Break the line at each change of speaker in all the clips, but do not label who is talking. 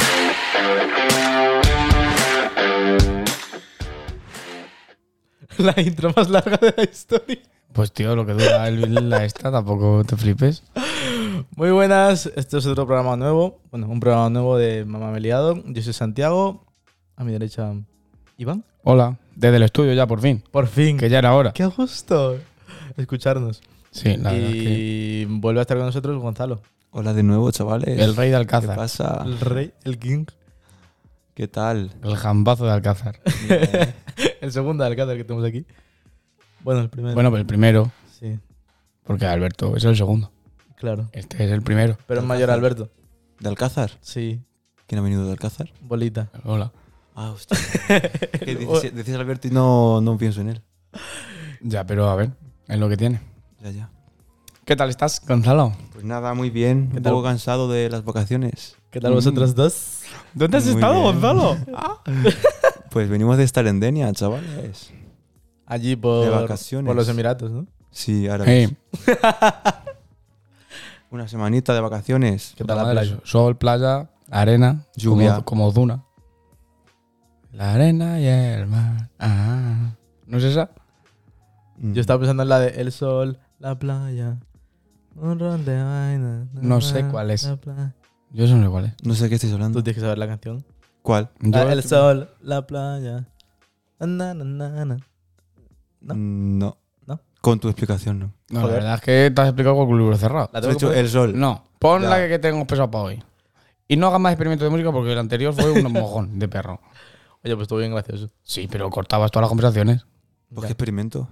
la intro más larga de la historia.
Pues tío, lo que dura el, la esta, tampoco te flipes.
Muy buenas, este es otro programa nuevo. Bueno, un programa nuevo de Mamá Meliado. Yo soy Santiago. A mi derecha, Iván.
Hola, desde el estudio ya por fin.
Por fin.
Que ya era hora.
Qué gusto escucharnos.
Sí, la verdad es que
Y vuelve a estar con nosotros Gonzalo,
Hola de nuevo, chavales.
el rey de
¿Qué
Alcázar.
pasa?
el rey, el king,
¿Qué tal?
El jambazo de Alcázar.
Mira, eh.
el segundo alcázar que tenemos aquí. Bueno, el primero.
Bueno, pues el primero,
sí,
porque Alberto es el segundo.
claro.
Este es el primero.
Pero es mayor Alberto.
¿De Alcázar?
Sí,
¿Quién ha venido de Alcázar?
bolita.
Hola.
Ah, hostia. Es que
Oh.
dices, dices Alberto y no, no pienso en él.
Ya, pero a ver, es lo que tiene.
Ya, ya.
¿Qué tal estás, Gonzalo?
Pues nada, muy bien.
¿Qué
Un
tal?
poco cansado de las vacaciones.
¿Qué tal
Mm.
vosotros dos?
¿Dónde has
Muy
estado,
bien.
Gonzalo? Ah.
Pues venimos de estar en Denia, chavales.
Allí por,
De vacaciones.
por los Emiratos, ¿no?
Sí, ahora
Hey,
ves. Una semanita de vacaciones.
¿Qué
tal
tal
la playa?
Sol, playa, arena,
Lluvia.
Como, como duna. La arena y el mar. Ah. ¿No es esa?
Mm.
Yo estaba pensando en la de El Sol, la playa. Un rol de vaina.
No sé cuál es.
la playa.
Yo eso no sé cuál es.
No sé qué estáis hablando.
Tú tienes que saber la canción.
¿Cuál?
Yo-
Ah,
este
el sol, la playa. Na, na, na, na. ¿No?
Mm, No.
¿No?
Con tu explicación, no.
No,
Joder.
la verdad es que te has explicado con el libro cerrado.
La
Has
tengo que
dicho
poner.
el sol.
No, pon
Ya.
la que tengo pesado para hoy. Y no hagas más experimentos de música porque el anterior fue un mojón de perro.
Oye, pues estuvo bien gracioso.
Sí, pero cortabas todas las conversaciones.
Pues
Ya.
qué experimento.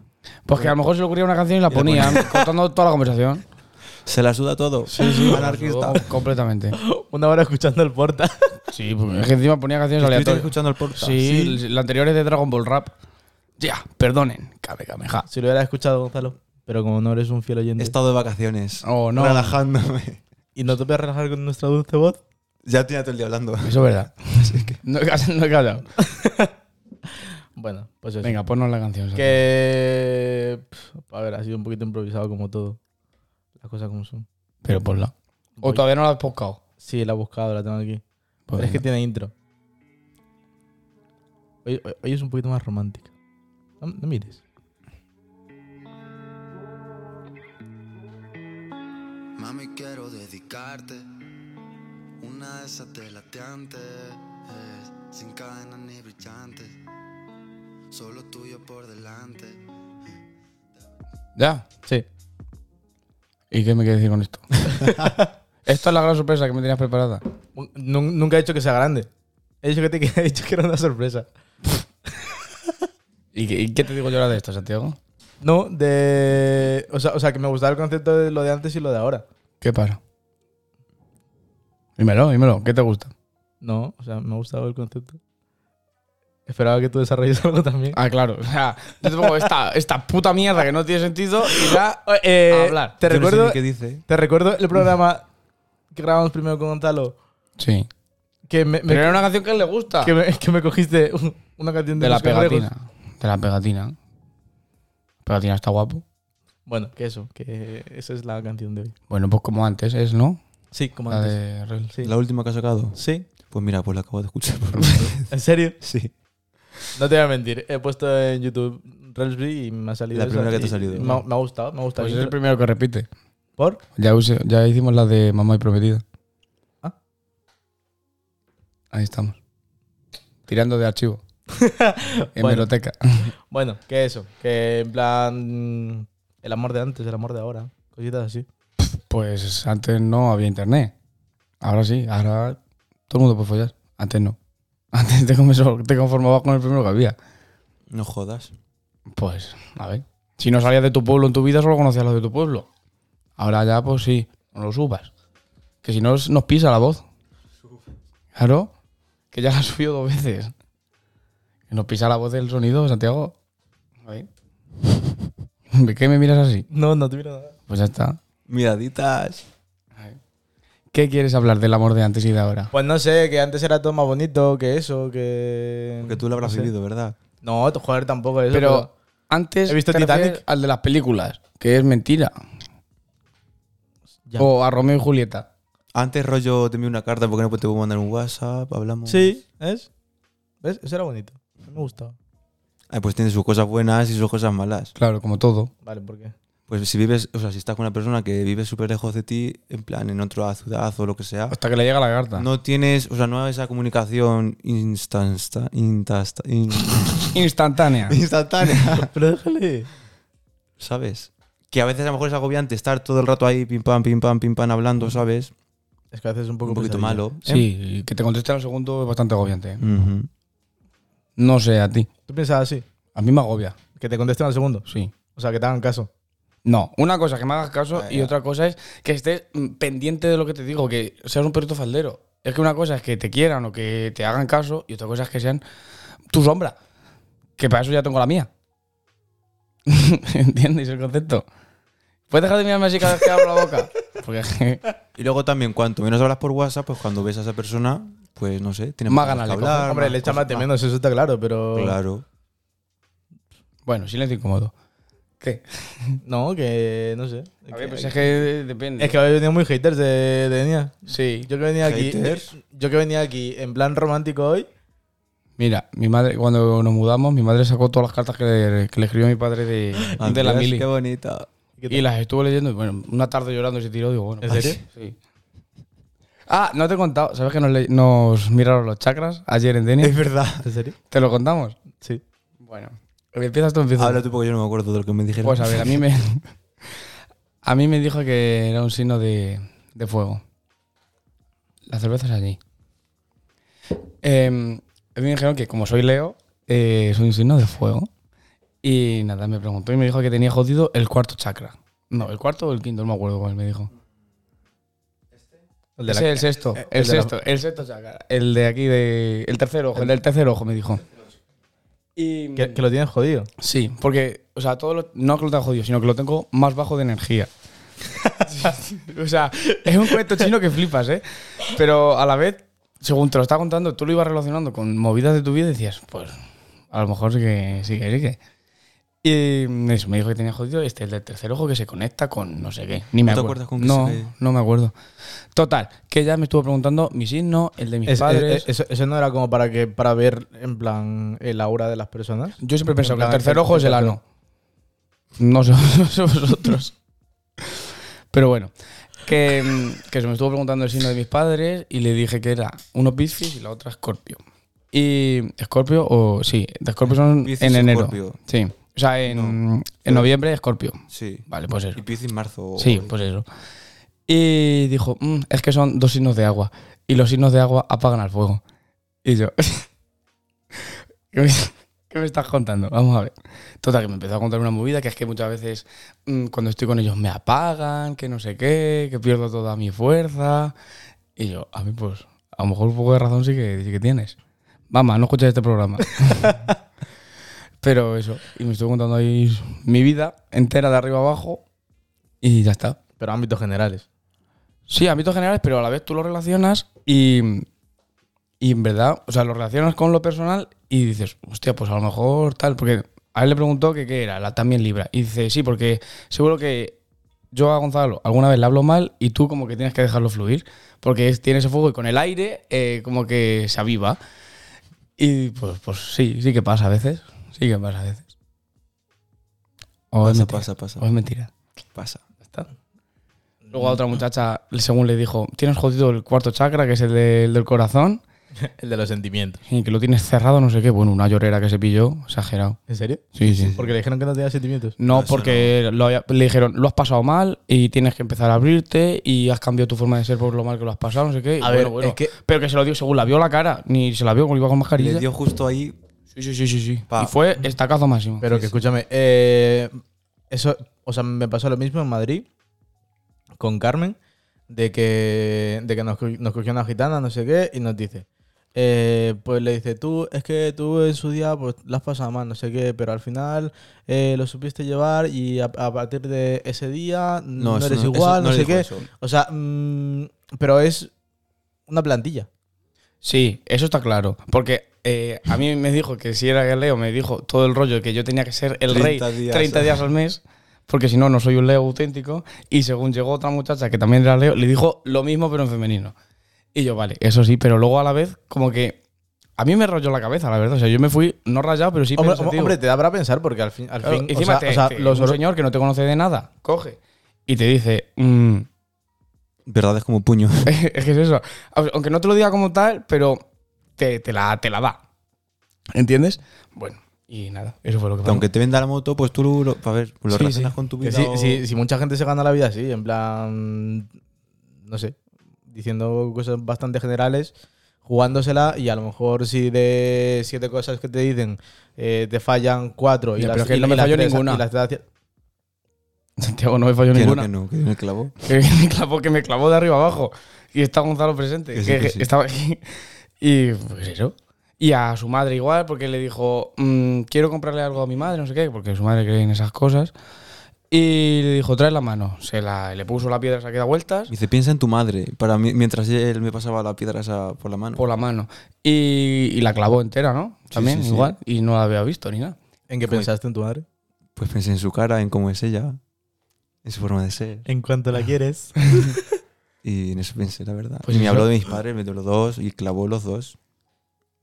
Pues que a lo mejor se le ocurría una canción y la
Y la ponía.
ponían, cortando toda la conversación.
Se la suda todo. Sí, sí. Anarquista.
Com- Completamente.
Una hora escuchando el porta.
Sí, porque es que encima ponía canciones
Estuviste
aleatorias.
escuchando el podcast.
Sí, la anterior es de Dragon Ball Rap. Ya, perdonen. Cabe, cameja.
Si lo hubiera escuchado, Gonzalo. Pero como no eres un fiel
He
oyente.
estado de vacaciones.
Oh, no.
Relajándome.
Y no te voy a relajar con nuestra dulce voz.
Ya tenía todo el día hablando.
Eso es verdad. No he callado. No he callado.
Bueno, pues eso.
Venga, ponnos la canción. Santi.
Que. pf, a ver, ha sido un poquito improvisado como todo. Las cosas como son.
Pero ponla. O
Voy-
todavía no la has buscado.
Sí, la he buscado, la tengo aquí.
Pues
Pero es que
venga.
tiene intro. Hoy, hoy- hoy es un poquito más romántica. No, no mires.
Mami, quiero dedicarte una de esas de lateantes, sin cadenas ni brillantes, solo tuyo por delante.
Ya.
Sí.
¿Y qué me quieres decir con esto? Esta es la gran sorpresa que me tenías preparada.
Nun- Nunca he dicho que sea grande. He dicho que, te, he dicho que era una sorpresa.
¿Y qué, y qué te digo yo ahora de esto, Santiago?
No, de. O sea, o sea, que me gustaba el concepto de lo de antes y lo de ahora.
¿Qué pasa? Dímelo, dímelo. ¿Qué te gusta?
No, o sea, me ha gustado el concepto. Esperaba que tú desarrolles algo también.
Ah, claro. O sea, yo te pongo esta, esta puta mierda que no tiene sentido y ya...
Eh,
a hablar.
Te
Yo no sé
recuerdo,
ni ¿Qué dice? ¿eh?
te recuerdo el programa que grabamos primero con Gonzalo.
Sí.
Que me, me-
Pero era una canción que a él le gusta.
que me- que me cogiste un- una canción de,
De la
los cangrejos.
pegatina. De la pegatina. Pegatina está guapo.
Bueno, que eso, que esa es la canción de hoy.
Bueno, pues como antes es, ¿no?
Sí, como
La
antes.
de Rel.
Sí.
¿La última que ha sacado?
Sí,
Pues mira, pues la acabo de escuchar.
en serio.
sí.
No te voy a mentir. He puesto en YouTube Railsbury y me ha salido.
La
esa
primera que te ha
y-
salido.
y Me ha, me ha gustado, me ha gustado.
Pues
el
es el
intro.
primero que repite.
¿Por?
Ya, use- ya hicimos la de Mamá y Prometida.
Ah.
Ahí estamos. Tirando de archivo. en
Bueno.
biblioteca.
Bueno, que eso, que en plan. El amor de antes, el amor de ahora. Cositas así.
Pues antes no había internet. Ahora sí, ahora todo el mundo puede follar. Antes no. Antes te, conform- te conformabas con el primero que había.
No jodas.
Pues, a ver. Si no salías de tu pueblo en tu vida, solo conocías los de tu pueblo. Ahora ya, pues sí, no lo subas. Que si no, os- nos pisa la voz. Claro, que ya la has subido dos veces. Que nos pisa la voz del sonido, Santiago. A ver. ¿De qué me miras así?
No, no te miro nada.
Pues ya está.
Miraditas.
¿Qué quieres hablar del amor de antes y de ahora?
Pues no sé, que antes era todo más bonito, que eso, que.
Porque tú lo habrás
no sé.
vivido, ¿verdad?
No, t- joder, tampoco eso. Pero,
Pero antes
He visto
te refieres
Titanic.
al de las películas, que es mentira.
Ya.
O a Romeo y Julieta.
Antes rollo te envié una carta porque no te puedo mandar un WhatsApp, hablamos.
Sí, ¿ves? ¿Ves? Eso era bonito. Me gustaba.
eh, pues tiene sus cosas buenas y sus cosas malas.
Claro, como todo.
Vale, ¿por qué?
Pues si vives, o sea, si estás con una persona que vive súper lejos de ti, en plan, en otra ciudad o lo que sea,
Hasta que le llega la carta.
no tienes, o sea, no hay esa comunicación instansta, instasta- in-
Instantánea.
instantánea,
Pero déjale.
¿sabes? Que a veces a lo mejor es agobiante estar todo el rato ahí, pim pam, pim pam, pim pam, hablando, ¿sabes?
Es que a veces es un poco
Un poquito
pesadilla.
malo.
Sí,
¿Eh?
y que te conteste al segundo es bastante agobiante. ¿eh?
Ujú.
No sé, a ti.
Tú piensas así,
A mí me agobia,
que te contesten al segundo.
sí.
O sea, que te hagan caso.
No, una cosa que me hagas caso
Ah,
y
ya.
otra cosa es que estés mm, pendiente de lo que te digo, que seas un perrito faldero. Es que una cosa es que te quieran o que te hagan caso y otra cosa es que sean tu sombra. Que para eso ya tengo la mía. ¿Entiendes el concepto? ¿Puedes dejar de mirarme así cada vez que abro la boca? Porque es que
Y luego también, cuanto menos hablas por WhatsApp, pues cuando ves a esa persona, pues no sé, tienes
Más
cosas
ganas
que
le coges.
hablar.
Hombre,
más
le echa
cosas-
más de menos, eso está claro, pero.
pues Claro.
Bueno, silencio incómodo. ¿Qué?
No, que no sé.
A ver, pues es que depende.
Es que habéis venido muy haters de, de Nia.
sí.
Yo que venía aquí.
¿Haters?
Yo que venía aquí en plan romántico hoy.
Mira, mi madre, cuando nos mudamos, mi madre sacó todas las cartas que le, que le escribió mi padre de, de la
Andrés,
mili.
Qué bonita.
¿Qué
Y las estuve leyendo y bueno, una tarde llorando y se tiró, digo, bueno.
¿En
pues,
serio?
Sí. Ah, no te he contado. ¿Sabes que nos, le- nos miraron los chakras ayer en Denia?
verdad. ¿En serio?
¿Te lo contamos?
Sí.
Bueno. ¿Empiezas tú o empiezo yo?
Habla tú porque yo no me acuerdo de lo que me dijeron.
Pues a ver, a mí me. A mí me dijo que era un signo de, de fuego. Las cervezas allí. Eh, a mí me dijeron que, como soy Leo, eh, soy un signo de fuego. Y nada, me preguntó y me dijo que tenía jodido el cuarto chakra. No, el cuarto o el quinto, no me acuerdo cuál me dijo.
El de
Ese,
la- eh,
el sexto, el,
el de la-
sexto, el sexto chakra. El de aquí, de, el tercer ojo, el, del tercer ojo me dijo. Y,
que, que lo tienes jodido.
Sí, porque, o sea, todo lo- no que lo tenga jodido, sino que lo tengo más bajo de energía. o sea, es un cuento chino que flipas, ¿eh? Pero a la vez, según te lo estaba contando, tú lo ibas relacionando con movidas de tu vida y decías, pues, a lo mejor sí que sí que sí que. Y eso, me dijo que tenía jodido este, el del tercer ojo que se conecta con no sé qué. Ni me
¿No te
acuerdo.
acuerdas con qué
No,
se ve?
no me acuerdo. Total, que ella me estuvo preguntando mi signo, el de mis
Es- es-
padres.
es- eso, eso no era como para que para ver en plan el aura de las personas.
Yo siempre he pensado que el
plan,
tercer
el-
ojo
el
es el
tercer-
ano. No sé, no sé vosotros. Pero bueno, que, mm, que se me estuvo preguntando el signo de mis padres y le dije que era uno Piscis y la otra Escorpio. Y Escorpio, o sí, de Escorpio son
Piscis
en
y
enero.
Escorpio.
Sí, o sea, en, en noviembre Escorpio.
Sí.
Vale, pues eso.
Y Piscis en marzo. o-
Sí, pues eso. Y dijo, "Mm, es que son dos signos de agua. Y los signos de agua apagan al fuego. Y yo, ¿qué, me, qué me estás contando? Vamos a ver. Total, que me empezó a contar una movida, que es que muchas veces mm, cuando estoy con ellos me apagan, que no sé qué, que pierdo toda mi fuerza. Y yo, a mí pues, a lo mejor un poco de razón sí que, sí que tienes. Mamá, no escuchas este programa. Pero eso, y me estuvo contando ahí mi vida entera de arriba abajo y ya está.
Pero ámbitos generales.
Sí, ámbitos generales, pero a la vez tú lo relacionas y, y en verdad, o sea, lo relacionas con lo personal y dices, hostia, pues a lo mejor tal, porque a él le preguntó que qué era, la también Libra. Y dice, sí, porque seguro que yo a Gonzalo alguna vez le hablo mal y tú como que tienes que dejarlo fluir, porque es- tiene ese fuego y con el aire eh, como que se aviva. Y pues, pues sí, sí que pasa a veces, sí que pasa a veces. O es
Pasa,
mentira,
pasa, pasa.
o es mentira.
Pasa.
Luego a otra muchacha, según le dijo, tienes jodido el cuarto chakra, que es el, de- el del corazón,
El de los sentimientos.
y que lo tienes cerrado, no sé qué. Bueno, una llorera que se pilló, exagerado.
¿En serio?
Sí, sí.
Porque le dijeron que no tenía sentimientos.
No,
Eso
porque lo había- le dijeron, lo has pasado mal y tienes que empezar a abrirte y has cambiado tu forma de ser por lo mal que lo has pasado, no sé qué. Y
A
bueno,
ver,
bueno.
es que-
Pero que se lo dio, según la vio la cara, ni se la vio, porque iba con mascarilla.
Le dio justo ahí.
Sí, sí, sí, sí. sí.
Pa.
Y fue estacazo máximo.
Pero que escúchame, eh, eso, o sea, me pasó lo mismo en Madrid con Carmen, de que, de que nos, co- nos cogió una gitana, no sé qué, y nos dice, eh, pues le dice, tú, es que tú en su día, pues las pasado mal, no sé qué, pero al final eh, lo supiste llevar y a, a partir de ese día
No,
no,
eso
eres
no-
igual, no,
eso no le
sé
dijo
qué.
eso.
O sea, mm, pero es una plantilla.
Sí, eso está claro. Porque eh, a mí me dijo que si era Leo, me dijo todo el rollo que yo tenía que ser el
30
rey
días.
30 días al mes, porque si no, no soy un Leo auténtico. Y según llegó otra muchacha que también era Leo, le dijo lo mismo, pero en femenino. Y yo, vale, eso sí, pero luego a la vez, como que A mí me rayó la cabeza, la verdad. O sea, yo me fui, no rayado, pero sí
Hombre,
pensativo.
hombre, te da para pensar porque al fin. Al
Claro,
fin o sea-
encima te-
o sea,
te-
los
un
hor-
señor que no te conoce de nada, coge y te dice, mm,
Verdad es como un puño.
es que es eso. Aunque no te lo diga como tal, pero te, te la, te la da. ¿Entiendes? Bueno, y nada, eso fue lo que pasó.
Aunque te venda la moto, pues tú lo, a ver, lo
Sí,
relacionas
sí.
con tu
Que
vida.
si,
o-
si- si mucha gente se gana la vida así, en plan. No sé. Diciendo cosas bastante generales, jugándosela, y a lo mejor si de siete cosas que te dicen eh, te fallan cuatro y
Ya, pero
las
es que
y-
no
y
me
las
falló
tres-
ninguna.
y las tres hacia-
Santiago no me falló
que no,
ninguna.
que no, que me clavó.
que me clavó, que me clavó de arriba abajo. Y está Gonzalo presente.
Que sí,
que-
que
que
sí.
Estaba aquí. Y pues eso. Y a su madre igual, porque le dijo, mm, quiero comprarle algo a mi madre, no sé qué, porque su madre cree en esas cosas. Y le dijo, trae la mano. Se la, le puso la piedra, se ha quedado vueltas.
Me dice, piensa en tu madre, para mí- mientras él me pasaba la piedra esa por la mano.
Por la mano. Y, y la clavó entera, ¿no? También,
sí, sí.
igual. Y no la había visto ni nada.
¿En qué
Como-
pensaste en tu madre?
Pues pensé en su cara, en cómo es ella, en su forma de ser.
En cuanto la quieres.
Y en eso pensé, la verdad.
Pues
y me
eso.
habló de mis padres, me dio los dos y clavó los dos.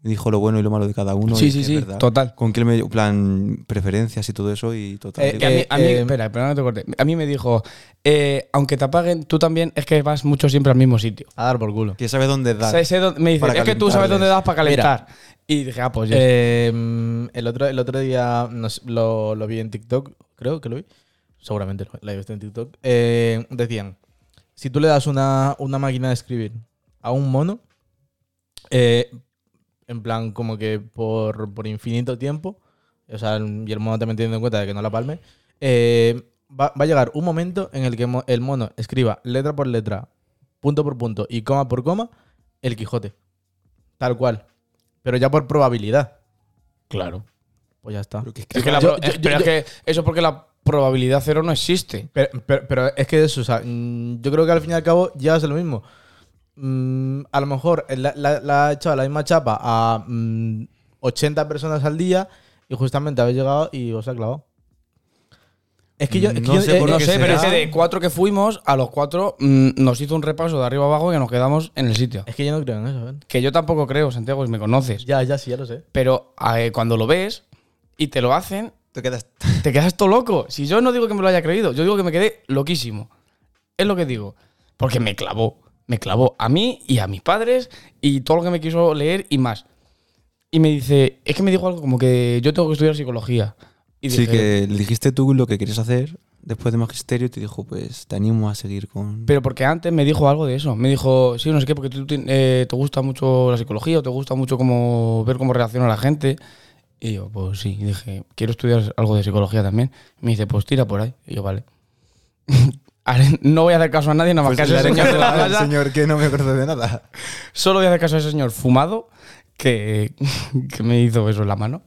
Dijo lo bueno y lo malo de cada uno.
sí,
y
sí,
es
sí.
verdad.
Total.
Con que él me dio, plan, preferencias y todo eso y total.
Eh,
digo,
Que a mí,
Eh,
a mí-
eh,
espera, espera, no te corte. A mí me dijo, eh, aunque te apaguen, tú también es que vas mucho siempre al mismo sitio.
A dar por culo.
que sabe dónde dar.
Sé- sé dónde- me dice,
Para
es que tú sabes
calentarles.
dónde das para calentar. Y dije, ah, pues ya.
Eh, mm, el, otro, el otro día no sé, lo, lo vi en TikTok, creo que lo vi. Seguramente lo, la he visto en TikTok. Eh, decían, si tú le das una, una máquina de escribir a un mono, eh, en plan como que por, por infinito tiempo, o sea, y el mono también teniendo en cuenta de que no la palme, eh, va, va a llegar un momento en el que mo- el mono escriba letra por letra, punto por punto y coma por coma, el Quijote. Tal cual. Pero ya por probabilidad.
claro.
Pues ya está.
Pero que es que-
Es que la
Yo-
pro-
yo-
eh, pero
yo-
es que eso porque la probabilidad cero no existe.
Pero, pero- pero es que eso, o sea, mm, yo creo que al fin y al cabo llegas a lo mismo. Mm, a lo mejor la, la, la ha echado la misma chapa a mm, 80 personas al día y justamente habéis llegado y os ha clavado. Es que yo. es que
No
yo- eh,
sé por
Pues No
que
sé, pero es
será-
que de cuatro que fuimos, a los cuatro mm, nos hizo un repaso de arriba abajo y nos quedamos en el sitio.
es que yo no creo en eso, ¿eh?
Que yo tampoco creo, Santiago, si me conoces.
Ya, ya, sí, ya lo sé.
Pero eh, cuando lo ves y te lo hacen,
te quedas-
te quedas todo loco. Si yo no digo que me lo haya creído, yo digo que me quedé loquísimo. Es lo que digo. Porque me clavó. Me clavó a mí y a mis padres y todo lo que me quiso leer y más. Y me dice, es que me dijo algo como que yo tengo que estudiar psicología. Y
Sí,
dije,
que le dijiste tú lo que querías hacer después de magisterio y te dijo, pues te animo a seguir con.
Pero porque antes me dijo algo de eso. Me dijo, sí, no sé qué, porque tú tien- eh, te gusta mucho la psicología o te gusta mucho cómo, ver cómo reacciona la gente. Y yo, pues sí. Y dije, quiero estudiar algo de psicología también. Me dice, pues tira por ahí. Y yo, vale. Ahora, no voy a hacer caso a nadie,
Pues
nada más que a ese señor de la playa.
que no me acuerdo de nada.
Solo voy a hacer caso a ese señor fumado que, que me hizo eso en la mano.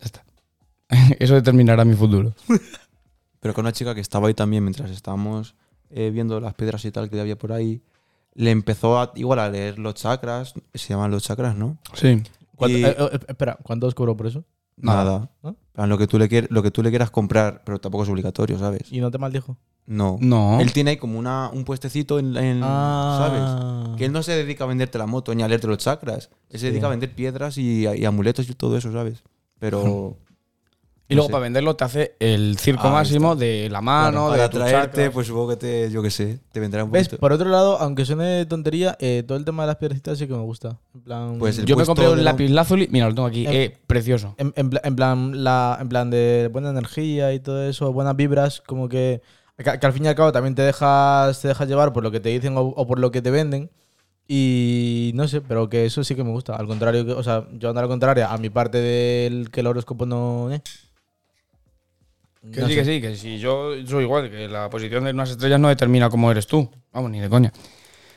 Ya está. Eso determinará mi futuro.
Pero con una chica que estaba ahí también mientras estábamos eh, viendo las piedras y tal que había por ahí, le empezó a, igual a leer los chakras, se llaman los chakras, ¿no?
Sí.
¿Cuánto-
Y-
eh, eh, espera, ¿cuánto os cobró por eso?
Nada.
¿No?
En plan, Lo, que tú le quieras, lo que tú le quieras comprar, pero tampoco es obligatorio, ¿sabes?
¿Y no te maldijo?
No.
No.
Él tiene ahí como una, un puestecito en, en- Mm,
Ah.
¿sabes? Que él no se dedica a venderte la moto ni a leerte los chakras. Él se dedica a vender piedras y, y amuletos y todo eso, ¿sabes? Pero
Y luego para venderlo te hace el circo
Ahí
máximo de la mano,
para
de tu
traerte,
chakra.
pues supongo que te, yo qué sé, te vendrá un
¿Ves?
poquito.
Por otro lado, aunque suene tontería, eh, todo el tema de las piedrecitas sí que me gusta. En plan,
Pues el
Yo me
puesto
compré
de
un
la-
lápiz lazuli, mira, lo tengo aquí,
Eh,
eh, precioso.
En, en pla- en plan, la, en plan de buena energía y todo eso, buenas vibras, como que, que, que al fin y al cabo también te dejas, te dejas llevar por lo que te dicen o, o por lo que te venden. Y no sé, pero que eso sí que me gusta. Al contrario, que, o sea, yo ando al contrario a mi parte del que el horóscopo no. eh.
Que
No
sí,
sé.
que sí, que si yo soy igual, que la posición de unas estrellas no determina cómo eres tú. Vamos, ni de coña.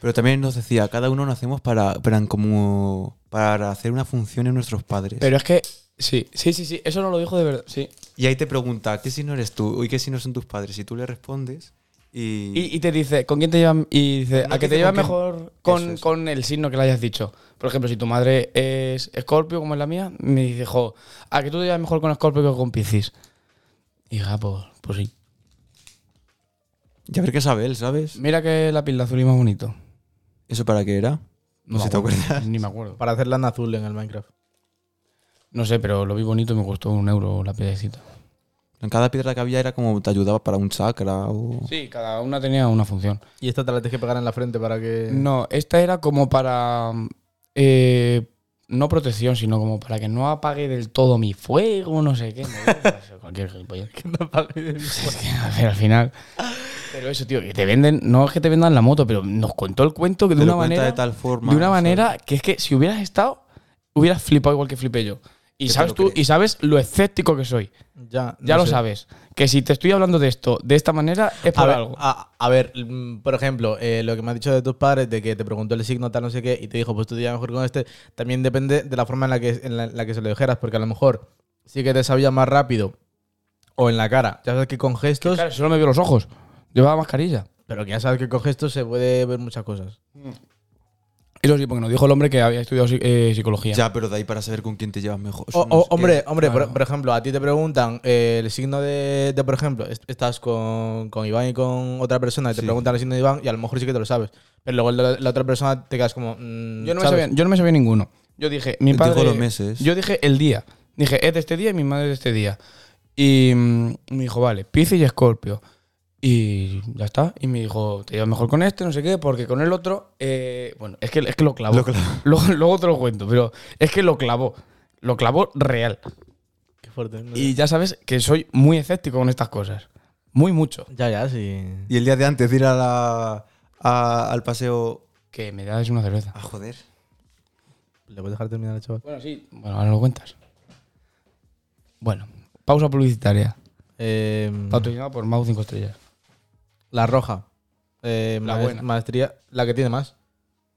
Pero también nos decía, cada uno nacemos para, para, como, para hacer una función en nuestros padres.
Pero es que, sí, sí, sí, sí, eso no lo dijo de verdad, sí.
y ahí te pregunta, ¿qué si no eres tú? ¿Y qué si no son tus padres? Y tú le respondes y...
Y, y te dice, ¿con quién te llevas? Y Mm. dice,
No
¿a que te
dice
llevas
con quién.
mejor con,
Eso es.
con el signo que le hayas dicho? Por ejemplo, si tu madre es Escorpio, como es la mía, me dice, jo, ¿a que tú te llevas mejor con Escorpio que con Piscis? Y ja, pues, pues sí.
y a ver qué sabe él, ¿sabes?
Mira que la pilda azul y más bonito.
¿Eso para qué era?
No me
sé si te
acuerdo,
acuerdas.
Ni me acuerdo.
Para hacerla en azul en el Minecraft.
No sé, pero lo vi bonito y me costó un euro la piedrecita.
En cada piedra que había era como te ayudaba para un chakra o.
Sí, cada una tenía una función.
Y esta te la tienes que pegar en la frente para que.
Eh, No, esta era como para. eh, no protección, sino como para que no apague del todo mi fuego, no sé qué. ¿no? Cualquier gilipollez. Es que, a ver, al final. Pero eso, tío, que te venden. No es que te vendan la moto, pero nos contó el cuento que de
Te lo
una
cuenta
manera.
de tal forma.
de una
¿sabes?
manera que es que si hubieras estado, hubieras flipado igual que flipé yo. Y
te
sabes
lo
tú,
crees.
y sabes lo escéptico que soy.
Ya,
Ya
no
lo
sé.
sabes. Que si te estoy hablando de esto, de esta manera, es
A
por
ver,
algo.
a- a ver, mm, por ejemplo, eh, lo que me has dicho de tus padres, de que te preguntó el signo tal, no sé qué, y te dijo, pues tú te llevas mejor con este, también depende de la forma en la que, en la, en la que se lo dijeras, porque a lo mejor sí que te sabía más rápido o en la cara. Ya sabes que con gestos,
Claro, solo me vio los ojos. Llevaba mascarilla.
pero que ya sabes que con gestos se puede ver muchas cosas.
Eso sí, porque nos dijo el hombre que había estudiado psi- eh, psicología.
Ya, pero de ahí para saber con quién te llevas mejor.
O-
eso Pues no
o-
sé qué.
hombre, hombre, por-
claro.
por, ejemplo, a ti te preguntan eh, el signo de, de, por ejemplo, est- estás con, con Iván y con otra persona y te
Sí.
preguntan el signo de Iván y a lo mejor sí que te lo sabes, pero luego la, la otra persona te quedas como... mm,
Yo no, me
¿sabes?
sabía, yo no me sabía ninguno. Yo dije, mi
Dijo
padre.
los meses.
Yo dije el día. Dije, es de este día y mi madre es de este día. Y mm, me dijo, vale, Piscis y Escorpio. Y ya está. Y me dijo, te llevas mejor con este, no sé qué, porque con el otro. eh, bueno, es que, es que lo clavó.
Lo clavó.
luego, luego te lo cuento, pero es que lo clavó. Lo clavó real.
Qué fuerte. no
Y ya sabes que soy muy escéptico con estas cosas. Muy mucho.
Ya, ya, sí.
Y el día de antes de ir a la- a- al paseo.
Que me das una cerveza.
Ah, joder.
¿Le puedes dejar terminar al chaval?
Bueno, sí. Bueno, ahora lo cuentas. Bueno, pausa publicitaria.
Eh,
Patrocinada por Mau 5 estrellas.
la roja. Eh,
La
maes-
buena.
Maestría. La que tiene más.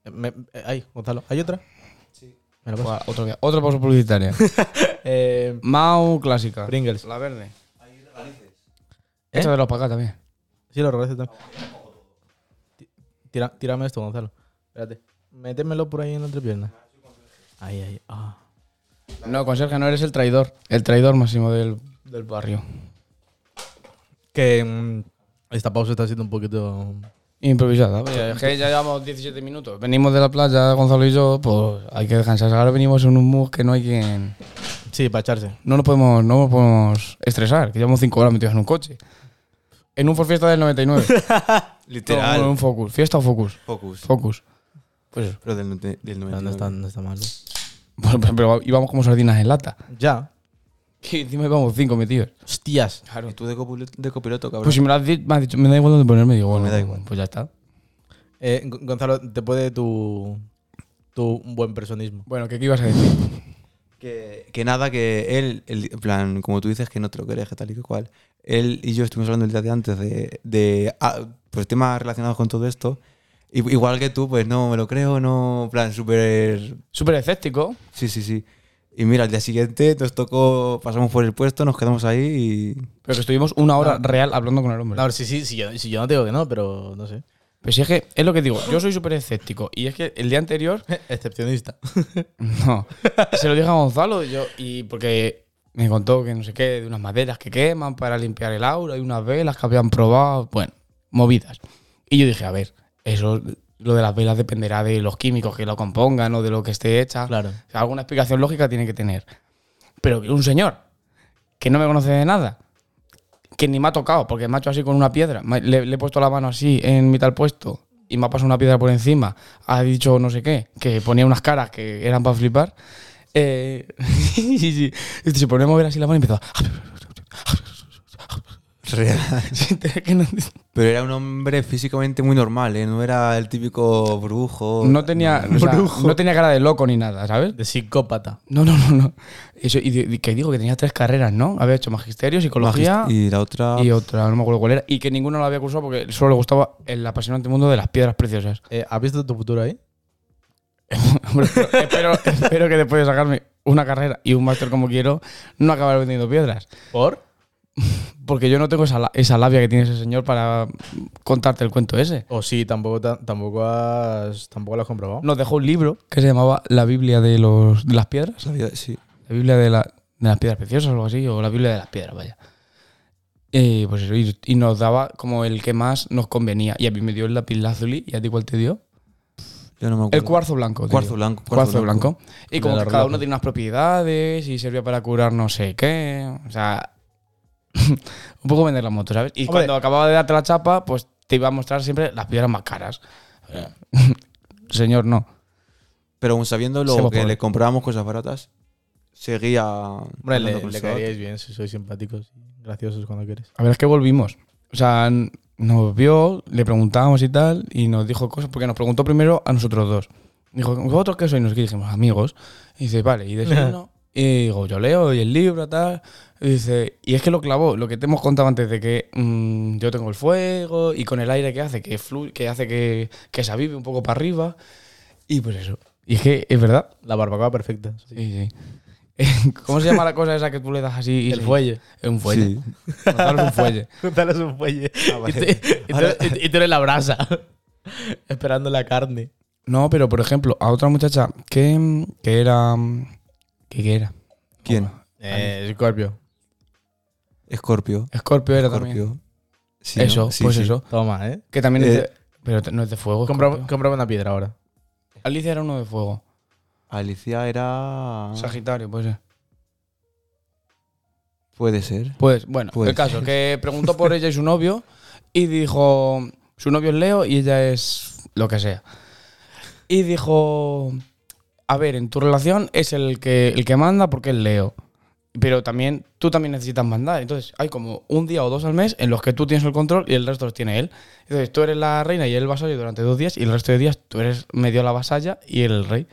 Eh, me- eh, ay, Gonzalo. ¿Hay otra? Sí. Me la paso.
Buah, Otro, día. Otra pausa publicitaria.
Eh,
Mau clásica. ¿Eh?
Pringles.
La verde. Esta de los para acá también.
Sí, lo regresé también. Ti- tira- tírame esto, Gonzalo. Espérate. Métemelo por ahí en la entrepierna. Ahí, ahí. Ah.
No, conserje, no eres el traidor. El traidor máximo del, del barrio.
Que mm, esta pausa está siendo un poquito.
Improvisada. Oye, es que ya llevamos 17 minutos. Venimos de la playa, Gonzalo y yo, pues hay que descansar. Ahora venimos en un mood que no hay quien.
Sí, para echarse.
No nos podemos, no nos podemos estresar, que llevamos 5 horas metidos en un coche. En un Ford Fiesta del 99.
Literal.
No, en un Focus. ¿Fiesta o Focus?
Focus.
Focus. Pues eso.
Pero del, note- del
No,
99.
no está, no está mal.
Bueno, pero- pero íbamos como sardinas en lata.
Ya.
Que encima íbamos 5 metidos.
Hostias.
Claro. Y tú de copiloto, de copiloto, cabrón.
Pues si me lo has di- me has dicho, me da igual donde ponerme, digo, bueno,
me da igual.
pues ya está.
Eh, Gon- Gonzalo, te puede tu, tu buen personismo.
Bueno, ¿qué, qué ibas a decir?
Que, que nada, que él, el- en plan, como tú dices, que no te lo crees, que tal y que cual. Él y yo estuvimos hablando el día de antes de, de, ah, pues, temas relacionados con todo esto. I- Igual que tú, pues no me lo creo, no, en plan, súper.
Súper escéptico.
Sí, sí, sí. Y mira, al día siguiente nos tocó, pasamos por el puesto, nos quedamos ahí y.
Pero que estuvimos una hora real hablando con el hombre.
No, sí, sí, sí, yo, sí, yo no te digo que no, pero no sé.
Pero si es que es lo que digo, yo soy súper escéptico. Y es que el día anterior,
Excepcionista.
no, se lo dije a Gonzalo y yo, y porque me contó que no sé qué, de unas maderas que queman para limpiar el aura y unas velas que habían probado, bueno, movidas. Y yo dije, a ver, eso, lo de las velas dependerá de los químicos que lo compongan o de lo que esté hecha.
Claro.
O sea, alguna explicación lógica tiene que tener. Pero que un señor que no me conoce de nada, que ni me ha tocado, porque me ha hecho así con una piedra, me- le, le he puesto la mano así en mitad del puesto y me ha pasado una piedra por encima, ha dicho no sé qué, que ponía unas caras que eran para flipar. Eh, sí, sí. Y se ponía a mover así la mano y empezaba. que no,
Pero era un hombre físicamente muy normal, ¿eh? No era el típico brujo.
no tenía, o sea, no tenía cara de loco ni nada, ¿sabes?
De psicópata.
No, no, no, no. Eso, y, de- que digo que tenía tres carreras, ¿no? Había hecho magisterio, psicología
Magist- Y la otra.
y otra, no me acuerdo cuál era. Y que ninguno la había cursado porque solo le gustaba el apasionante mundo de las piedras preciosas.
Eh, ¿Has visto tu futuro ahí?
Hombre, pero espero, espero que después de sacarme una carrera y un máster como quiero, no acabar vendiendo piedras.
¿Por?
Porque yo no tengo esa, la- esa labia que tiene ese señor para contarte el cuento ese.
O sí, tampoco, ta- tampoco, has, tampoco lo has comprobado.
Nos dejó un libro que se llamaba La Biblia de, los, de las Piedras.
La vida- sí.
La Biblia de, la- de las Piedras Preciosas o algo así, o la Biblia de las Piedras, vaya. Eh, pues eso, y, y nos daba como el que más nos convenía. Y a mí me dio el lápiz lazuli, ¿y a ti cuál te dio?
Yo no me acuerdo.
El cuarzo blanco. tío.
Cuarzo blanco,
Cuarzo, blanco. Y como
De
que
la
cada
rodaja.
uno tiene unas propiedades y servía para curar no sé qué. O sea, un poco vender la moto, ¿sabes? Y
Hombre.
cuando acababa de darte la chapa, pues te iba a mostrar siempre las piedras más caras. Señor, no.
Pero aún sabiendo lo
Seamos
que
pobres.
le comprábamos cosas baratas, seguía.
Hombre,
hablando
le,
con
le
el chaval.
caeríais bien si sois simpáticos y graciosos cuando quieres.
A ver, es que volvimos. O sea, n- nos vio, le preguntábamos y tal, y nos dijo cosas, porque nos preguntó primero a nosotros dos. Dijo, ¿vosotros qué sois? Nos dijimos, amigos. Y dice, vale, y de signo. Y digo, yo leo, y el libro, tal. Y dice, y es que lo clavó, lo que te hemos contado antes de que mm, yo tengo el fuego, y con el aire que hace, que fluye, que hace que, que se avive un poco para arriba. Y pues eso. Y es que es verdad.
La barbacoa perfecta.
Sí, sí. ¿Cómo se llama la cosa esa que tú le das así? y
El
se-
fuelle.
Un fuelle.
Sí.
Lanzaros un fuelle.
Juntarles un fuelle. Ah,
vale.
Y tú- y, tú,
Ahora-
y tú- y tú eres la brasa. Esperando la carne.
No, pero por ejemplo, a otra muchacha que, mm, que era. mm, ¿Qué que era?
¿Quién?
Eh, Scorpio.
Escorpio.
Scorpio era también.
Escorpio. Sí,
eso,
¿no? Sí,
pues
sí.
eso.
Toma, ¿eh?
Que también
Eh,
es de, Pero te- no es de fuego.
Compra,
Scorpio.
cómprame una piedra ahora.
Alicia era uno de fuego.
Alicia era.
Sagitario, puede ser.
Puede ser.
Pues bueno,
Puede
el caso, que preguntó por ella y su novio y dijo. Su novio es Leo y ella es lo que sea. Y dijo. A ver, en tu relación es el que, el que manda porque es Leo. Pero también tú también necesitas mandar. Entonces hay como un día o dos al mes en los que tú tienes el control y el resto los tiene él. Entonces tú eres la reina y él el vasallo durante dos días y el resto de días tú eres medio la vasalla y él el rey.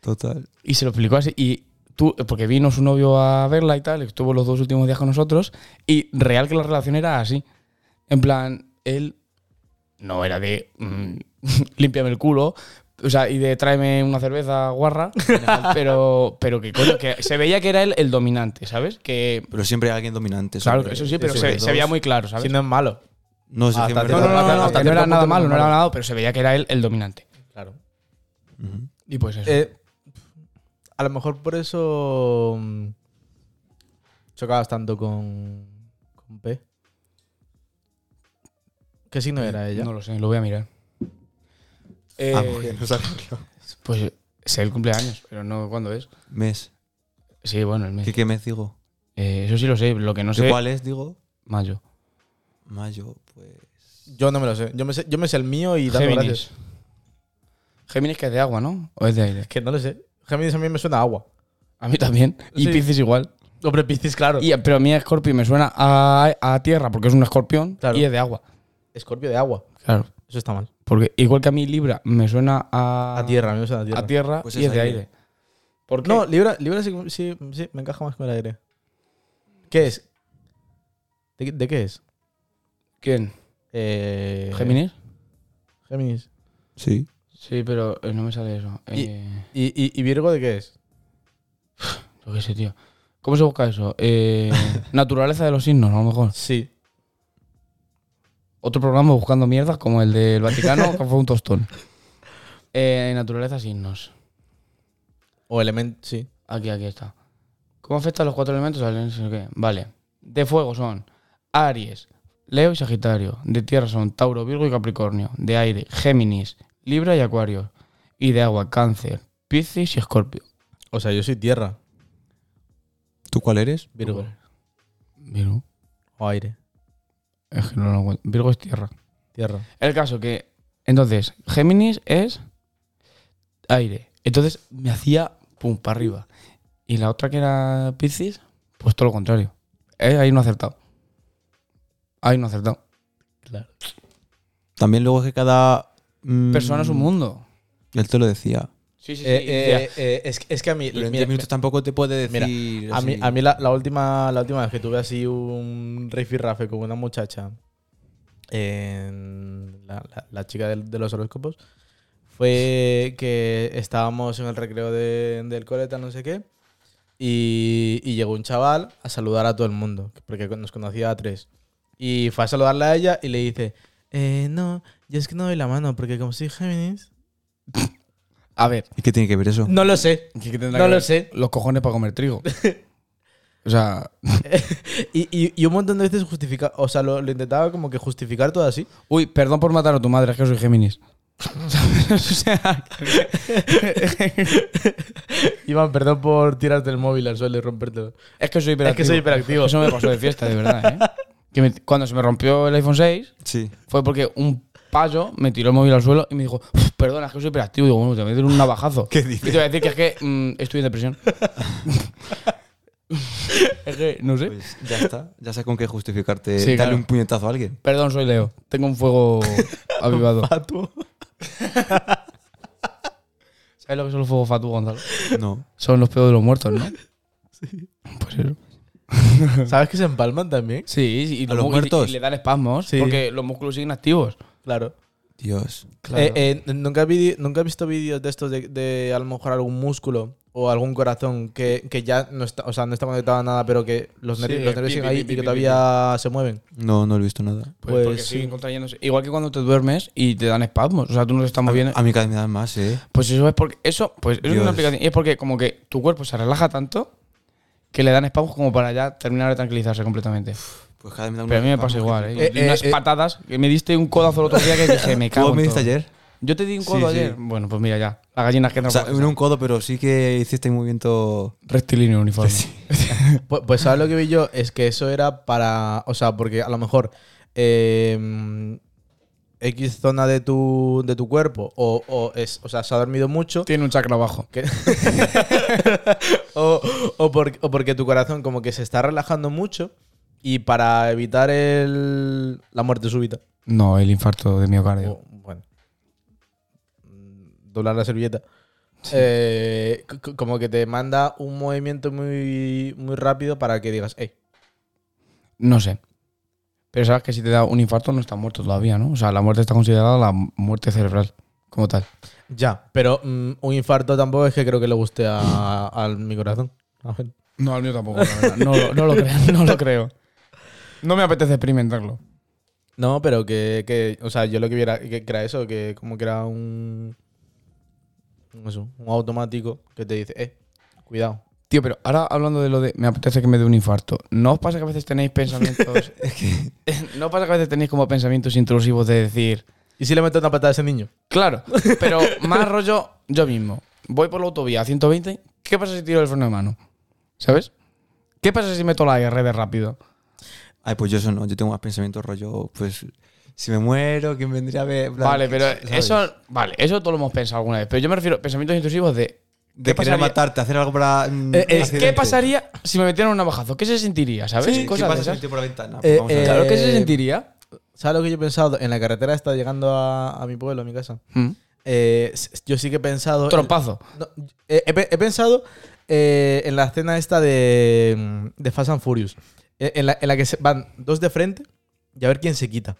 Total.
Y se lo explicó así. Y tú, porque vino su novio a verla y tal, estuvo los dos últimos días con nosotros. Y real que la relación era así. En plan, él no era de mm, límpiame el culo. O sea, y de tráeme una cerveza guarra. pero, pero que coño, que se veía que era él el dominante, ¿sabes? Que.
Pero siempre hay alguien dominante.
Claro,
sobre-
eso sí, pero
sobre
se,
todos.
se veía muy claro, ¿sabes?
Si no es malo.
No, sí, que
Hasta
en
te-
No,
verdad-
no, no, no, no,
Hasta
que no
cierto
era nada
punto no
malo,
es
no era
malo.
nada, pero se veía que era él el dominante.
Claro.
Ujú.
Y pues eso.
Eh, a lo mejor por eso mm, chocabas tanto con, con P. ¿Qué signo era ella?
No lo sé, lo voy a mirar. Eh,
Ah, mujer, no sabía.
Pues sé el cumpleaños, pero no cuándo es.
Mes.
Sí, bueno, el mes.
¿Qué, qué mes digo?
Eh, eso sí lo sé, lo que no
¿Qué
sé.
¿Cuál es, digo?
Mayo.
Mayo, pues.
Yo no me lo sé. Yo me sé, yo me sé el mío y dando gracias.
Géminis. Géminis que es de agua, ¿no? ¿O es de aire?
Que no lo sé. Géminis a mí me suena a agua.
A mí también. Y
Sí.
Piscis igual.
Hombre, Piscis, claro.
Y- pero a mí Scorpio me suena a, a tierra porque es un escorpión
Claro.
y es de agua.
Escorpio de agua.
Claro.
Eso está mal.
Porque igual que a mí Libra me suena a,
A tierra, a mí me suena a
a
tierra.
tierra
Pues
y
es
es de
aire.
aire. ¿Por qué?
No, Libra, Libra sí, sí, sí, me encaja más con el aire. ¿Qué es? ¿De, qué- de qué es?
¿Quién?
Eh,
¿Géminis?
Géminis.
Sí.
Sí, pero eh, no me sale eso.
Y-
Eh,
¿Y, y, y Virgo de qué es?
Yo qué sé, tío. ¿Cómo se busca eso? Eh, naturaleza de los signos, a lo mejor.
Sí.
Otro programa buscando mierdas como el del Vaticano, que fue un tostón. Eh, naturaleza signos.
O elemento, sí.
Aquí, aquí está. ¿Cómo afectan los cuatro elementos al no sé qué? Vale. De fuego son Aries, Leo y Sagitario. De tierra son Tauro, Virgo y Capricornio. De aire, Géminis, Libra y Acuario. Y de agua, Cáncer, Piscis y Escorpio.
O sea, yo soy tierra,
¿Tú cuál eres?
Virgo.
Virgo.
O aire,
Es que no lo encuentro. Virgo es tierra.
tierra.
El caso que. Entonces, Géminis es aire. Entonces me hacía pum, para arriba. Y la otra que era Piscis, pues todo lo contrario. Eh, ahí no he acertado. Ahí no he acertado.
También luego es que cada. mm,
Persona es un mundo. Eh,
Él te lo decía.
Sí, sí,
Eh, es, que- es que a mí,
Pero en
mira,
10 minutos tampoco te puede
mira,
decir.
a mí,
así.
a mí la, la última, la última vez que tuve así un rifirrafe con una muchacha, en la, la- la chica del- de los horóscopos, fue que estábamos en el recreo de- del cole, tal, no sé qué, y, y llegó un chaval a saludar a todo el mundo, porque nos conocía a tres. Y fue a saludarla a ella y le dice, "Eh, no, yo es que no doy la mano, porque como soy Géminis...
A ver.
¿Y qué tiene que ver eso?
No lo sé. No lo sé.
Los cojones para comer trigo. o sea,
Y, y- y un montón de veces justifica, o sea, lo, lo intentaba como que justificar todo así.
uy, perdón por matar a tu madre, es que soy Géminis. o sea,
Iván, perdón por tirarte el móvil al suelo y rompértelo.
es que soy hiperactivo.
Es que soy hiperactivo.
Eso me pasó de fiesta, de verdad, ¿eh? Que me- cuando se me rompió el iPhone 6
Sí.
fue porque un payo me tiró el móvil al suelo y me dijo, "Uf, perdona, es que soy hiperactivo. Y digo, bueno, te voy a meter un navajazo.
¿Qué
Y
dices?
te voy a decir que es que mm, estoy en depresión. es que, no sé.
Pues ya está. Ya sé con qué justificarte
Sí,
darle
claro.
un puñetazo a alguien.
Perdón, soy Leo. Tengo un fuego avivado.
Pato.
¿Sabes lo que son los fuegos fatu, Gonzalo?
No.
Son los peos de los muertos, ¿no? Sí. Pues eso.
¿Sabes que se empalman también?
Sí, sí, y,
los
mu- y-
muertos?
y le dan espasmos
Sí.
porque los músculos siguen activos.
Claro.
Dios.
Eh, eh, ¿nunca, he vidi- nunca he visto vídeos de estos de, de a lo mejor algún músculo o algún corazón que, que ya no está, o sea, no está conectado a nada, pero que los,
Sí,
nervi- los
pi,
nervios
pi,
siguen
pi,
ahí
pi,
y que
pi,
todavía se mueven?
No, no lo he visto nada.
Pues,
Pues
porque
sí.
siguen contrayéndose. Igual que cuando te duermes y te dan espasmos. O sea, tú no te estás moviendo.
A mí cada vez me dan más, ¿eh?
Pues eso es porque. Eso, pues eso es
Dios.
una aplicación. Y es porque como que tu cuerpo se relaja tanto que le dan espasmos como para ya terminar de tranquilizarse completamente.
Pues cada vez me dan
Pero a mí me
unos
pasa
espasmos
igual,
que
¿eh?
Eh, eh,
unas
eh.
patadas que me diste un codazo el otro día que dije, me
flipas. ¿Tú
cago. en
me diste
todo".
ayer?
Yo te di un
Sí,
codo
sí.
ayer. Bueno, pues mira ya. Las gallinas que
O
entran
sea,
por la
no un codo, pero sí que hiciste un movimiento.
casa. Rectilíneo uniforme.
Pues, pues, ¿sabes lo que vi yo? Es que eso era para. O sea, porque a lo mejor. eh, X zona de tu, de tu cuerpo. O, o es, o sea, se ha dormido mucho.
Tiene un chakra abajo.
que- o, o por- o porque tu corazón como que se está relajando mucho. Y para evitar el, la muerte súbita.
No, el infarto de miocardio.
o- bueno. mm, Doblar la servilleta. eh, c- c- como que te manda un movimiento muy, muy rápido para que digas, hey,
No sé. Pero sabes que si te da un infarto no estás muerto todavía, ¿no? O sea, la muerte está considerada la muerte cerebral como tal.
Ya, pero mm, un infarto tampoco es que creo que le guste a, a mi corazón. A ver.
No, al mío tampoco, la verdad. No, lo- no lo creo, no lo creo. No me apetece experimentarlo.
No, pero que, que, o sea, yo lo que viera que, que era eso, que como que era un eso, un automático que te dice, eh, cuidado.
Tío, pero ahora hablando de lo de me apetece que me dé un infarto, ¿no os pasa que a veces tenéis pensamientos... eh, ¿No os pasa que a veces tenéis como pensamientos intrusivos de decir,
¿Y si le meto una patada a ese niño?
Claro, pero más rollo yo mismo. Voy por la autovía a 120, ¿qué pasa si tiro el freno de mano? ¿Sabes? ¿Qué pasa si meto la R de rápido?
Ay, pues yo eso no. Yo tengo más pensamientos rollo, pues. Si me muero, ¿quién vendría a ver? En plan,
Vale, pero
¿sabes?
eso, vale, eso todo lo hemos pensado alguna vez. Pero yo me refiero a pensamientos intrusivos de.
De querer matarte, hacer algo para. mm,
Eh, eh,
es- ¿Qué
accidente.
pasaría si me metieran un navajazo? ¿Qué se sentiría? ¿Sabes?
Sí, ¿Qué
Cosas de
pasa si
esas.
me tiro por la ventana?
Eh,
Pues vamos a ver.
eh,
Claro, ¿qué se sentiría?
¿Sabes lo que yo he pensado? En la carretera está llegando a, a mi pueblo, a mi casa.
Mm.
Eh, s- yo sí que he pensado.
Trompazo.
No, eh, he, pe- he pensado eh, en la escena esta de, mm, de Fast and Furious. Eh, En la, en la que se van dos de frente y a ver quién se quita.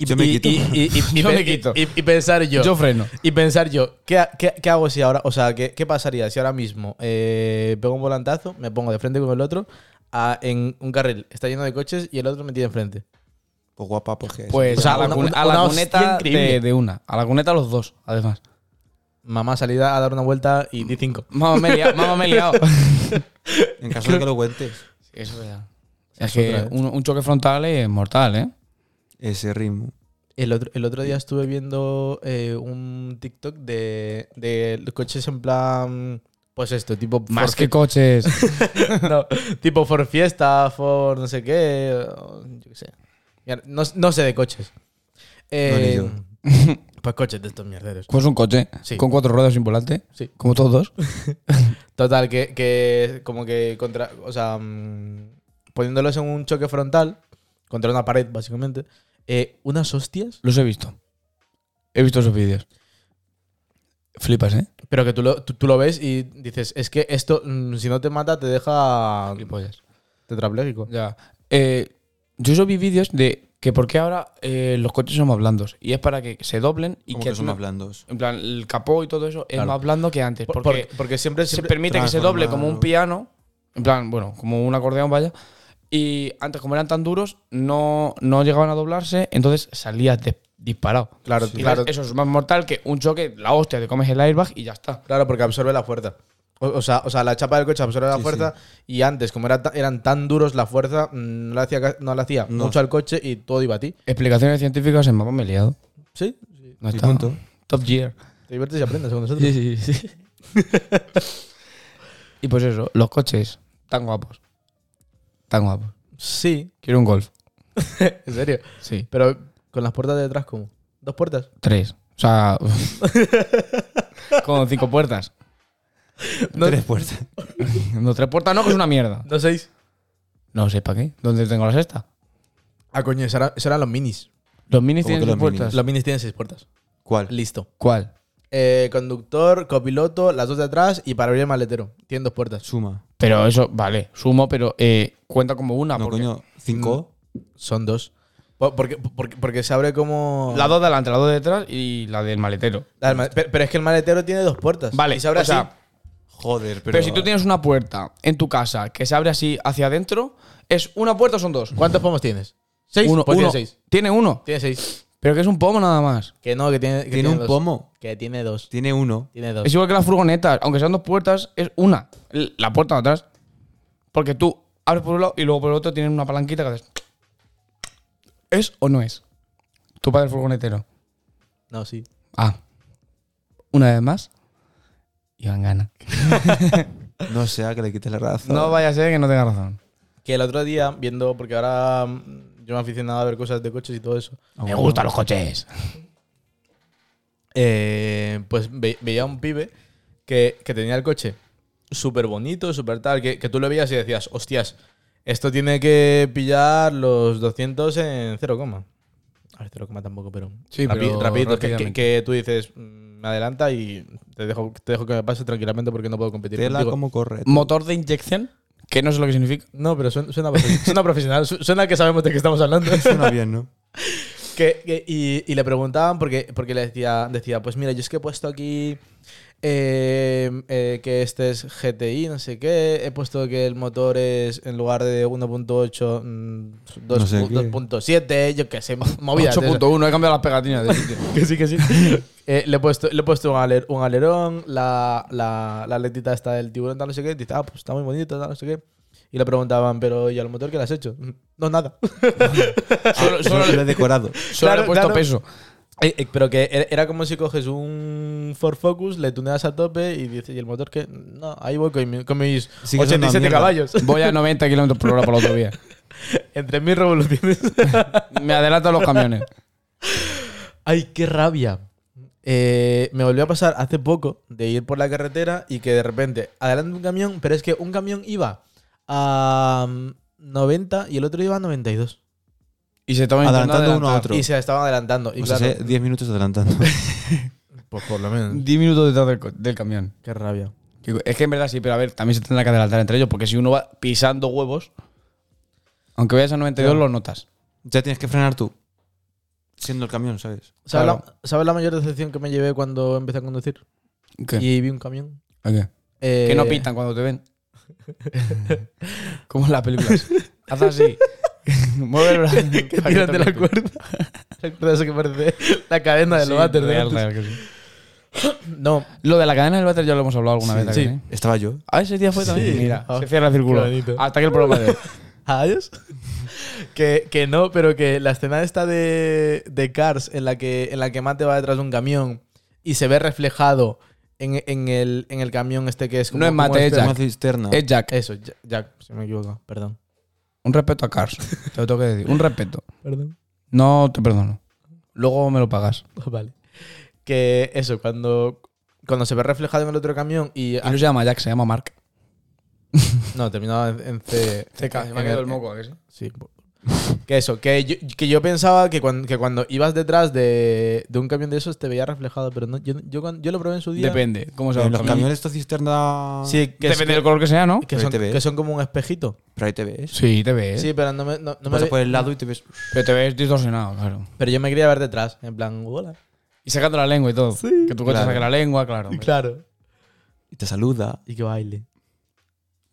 Y,
Yo me
y-
quito.
y- y- y- y
Yo
pe-
me quito.
y- y pensar yo.
Yo freno.
Y pensar yo, ¿qué, ha- qué, qué hago si ahora, o sea, qué, qué pasaría si ahora mismo eh, pego un volantazo, me pongo de frente con el otro, a- en un carril, está lleno de coches y el otro me tiene enfrente?
Pues guapa, pues. que-
Pues
O sea,
a la,
una-
cun-
una-
a la
una hostia
cuneta de,
increíble.
de una. A la cuneta los dos, además.
Mamá salida a dar una vuelta y di cinco.
Mamá me he liado. Mamá me he liado.
En caso de que lo cuentes,
Eso es verdad. Es
otra,
que
¿eh?
un, un choque frontal es mortal, ¿eh?
ese ritmo.
El otro, el otro día estuve viendo eh, un TikTok de, de coches en plan. Pues esto, tipo.
Más
Ford
que coches.
Fi- no, tipo Ford Fiesta, Ford no sé qué. o Yo qué sé. Mira, no, no sé de coches. Eh,
No,
pues coches de estos mierderos.
Pues un coche.
Sí.
Con cuatro ruedas sin volante.
Sí.
Como todos dos.
Total, que, que como que contra. O sea, mm, poniéndolos en un choque frontal, contra una pared, básicamente. eh, unas hostias,
Los he visto. He visto esos vídeos. Flipas, ¿eh?
pero que tú lo, tú, tú lo ves y dices, es que esto, mm, si no te mata, te deja tetrapléjico.
Ya. Eh, yo solo vi vídeos de que por qué ahora eh, los coches son más blandos. Y es para que se doblen y
Como
que,
que son
no-
más blandos.
En plan, el capó y todo eso es
Claro.
más blando que antes.
Por-
porque
por- porque siempre,
se
siempre-
permite que se doble como un
transformarlo.
piano, en plan, bueno, como un acordeón, vaya. Y antes, como eran tan duros, no, no llegaban a doblarse, entonces salías de- disparado.
Claro,
Y
claro,
Eso es más mortal que un choque, la hostia, te comes el airbag y ya está.
claro, porque absorbe la fuerza. O, o sea, o sea, la chapa del coche absorbe la
Sí,
fuerza y antes, como era ta- eran tan duros la fuerza, mm, no le hacía, ca- no le hacía
No.
mucho al coche y todo iba a ti.
Explicaciones científicas en mapa me he liado.
Sí, sí.
No
Y
está.
punto.
Top Gear.
Te diviertes y aprendes con nosotros.
Sí, sí, sí. y pues eso, los coches tan guapos. Tan guapos.
Sí,
Quiero un golf.
en serio.
Sí.
Pero con las puertas de detrás, ¿cómo? ¿Dos puertas?
Tres. O sea. con cinco puertas.
No,
Tres puertas.
No, tres puertas no, que es una mierda.
no seis.
No sé para qué. ¿Dónde tengo la sexta?
Ah, coño, esos eran, esos eran los minis.
Los minis
¿Cómo que
tienen
los
sus puertas.
Los minis tienen seis puertas.
¿Cuál?
Listo.
¿Cuál?
Eh, conductor, copiloto, las dos de atrás y para abrir el maletero. Tienen dos puertas.
Suma.
Pero eso, vale, sumo, pero eh, cuenta como una.
no,
porque-
coño. Cinco.
Mm.
Son dos. Po- Porque, porque, porque se abre como.
La dos de delante, la dos de detrás y la del maletero.
La del ma- pero, pero es que el maletero tiene dos puertas.
Vale,
Y se abre
o sea,
así.
Joder, pero.
Pero, si tú tienes una puerta en tu casa que se abre así hacia adentro, ¿es una puerta o son dos?
¿Cuántos pomos tienes? ¿Seis?
Uno,
pues
uno.
tiene seis.
Tiene uno.
Tiene seis.
Pero que es un pomo nada más.
Que no, que tiene. que
Tiene un
dos.
pomo.
Que tiene dos.
Tiene uno.
Tiene dos.
Es igual que las furgonetas. Aunque sean dos puertas, es una. L- La puerta de atrás. Porque tú abres por un lado y luego por el otro tienes una palanquita que haces. ¿Es o no es? Tu padre furgonetero.
No, sí.
Ah. Una vez más. Iván gana.
No sea que le quites la razón.
No vaya a ser que no tenga razón.
Que el otro día, viendo, porque ahora mm, yo me he aficionado a ver cosas de coches y todo eso,
Me gustan los coches.
eh, pues ve- veía a un pibe que, que tenía el coche súper bonito, súper tal, que, que tú lo veías y decías, hostias, esto tiene que pillar los 200 en 0, coma". a ver, 0, coma tampoco, pero,
Sí, pero
rapidito, que, que-
rápidamente.
que tú dices, "Mm, me adelanta y te dejo, te dejo que me pase tranquilamente porque no puedo competir
Tela
contigo".
como corre.
Motor de inyección. Que no sé lo que significa.
No, pero suena, suena profe- suena profesional, su- suena que sabemos de qué estamos hablando.
Suena bien, ¿no?
Que- que- y, y le preguntaban porque, porque le decía, decía, pues mira, yo es que he puesto aquí eh, eh, que este es GTI, no sé qué, he puesto que el motor es en lugar de 1.8, mm, dos-
No sé qué.
2.7, yo qué sé, movidas. de esas.
8.1. He cambiado las pegatinas de sitio.
Que sí, que sí. Eh, le he puesto, le he puesto un, aler- un alerón, la, la, la letita esta del tiburón, tal, no sé qué. Dice, ah, pues está muy bonito, tal, no sé qué. Y le preguntaban, pero ¿y al motor qué le has hecho? No, nada.
Ah,
solo
Solo
solo-
lo he decorado.
solo le
Claro,
he puesto
claro.
peso.
Eh, eh, pero que era- era como si coges un Ford Focus, le tuneas a tope y dices, ¿y el motor qué? No, ahí voy con, mi- con mis
Sigue siendo una
87
mierda.
caballos.
Voy a 90 kilómetros por hora por la autovía.
Entre mil revoluciones.
Me adelantan los camiones.
Ay, qué rabia. Eh, me volvió a pasar hace poco de ir por la carretera y que de repente adelante un camión, pero es que un camión iba a mm, 90 y el otro iba a 92.
Y se estaban intentando
Adelantando uno a
adelantar.
otro.
Y se estaban adelantando. Y
o sea,
claro,
sé 10 minutos adelantando.
pues por lo menos.
10 minutos detrás del, co- del camión.
Qué rabia.
Que- Es que en verdad sí, pero a ver, también se tendrá que adelantar entre ellos, porque si uno va pisando huevos, aunque vayas a 92,
Claro.
lo notas.
ya tienes que frenar tú. Siendo el camión, ¿sabes?
¿Sabes,
Claro.
la, sabes la mayor decepción que me llevé cuando empecé a conducir? Y vi un camión.
¿A qué?
Eh,
Que no pitan cuando te ven. Como en las películas. Haz así. Mueve el brazo.
Que tiran de la cuerda. ¿Recuerdas eso que parece la cadena del
Sí,
váter de
real,
antes?
real que sí.
No,
Lo de la cadena del váter ya lo hemos hablado alguna
Sí,
vez.
sí.
aquí, ¿eh?
Estaba yo.
Ah, ese día fue
Sí.
también. Mira,
Ah,
se cierra el círculo.
qué bonito.
Hasta que el programa de.
Adiós. que, que no, pero que la escena esta de, de Cars en la, que, en la que Mate va detrás de un camión y se ve reflejado en, en el, en el camión este que es como...
No es
como
Mate, es
espera-
Una cisterna.
Es Jack.
Eso, Ja- Jack, si me equivoco, perdón.
Un respeto a Cars. Te lo tengo que decir. Un respeto.
Perdón.
No te perdono. Luego me lo pagas.
Vale. Que eso, cuando, cuando se ve reflejado en el otro camión y... ah,
Y no se llama Jack, se llama Mark.
No, terminaba en, en C... en el-
¿a que sí?
Sí. po- Que eso, que yo, que yo pensaba que cuando, que cuando ibas detrás de, de un camión de esos te veía reflejado, pero no, yo, yo, cuan- yo lo probé en su día.
Depende. ¿Cómo se
En
llama?
los camiones, esto cisterna.
Sí, que, es-
Depende del color que sea, ¿no?
que
Pero
son,
te ves.
que son como un espejito.
Pero ahí te ves.
Sí, te ves.
Sí, pero no me, no, no me
Pasas
ve-
por el lado y te ves.
Pero te ves distorsionado, claro.
Pero yo me quería ver detrás, en plan, hola.
Y sacando la lengua y todo.
Sí.
Que tu coche
Claro.
saque la lengua, claro. hombre.
Claro.
Y te saluda.
Y que baile.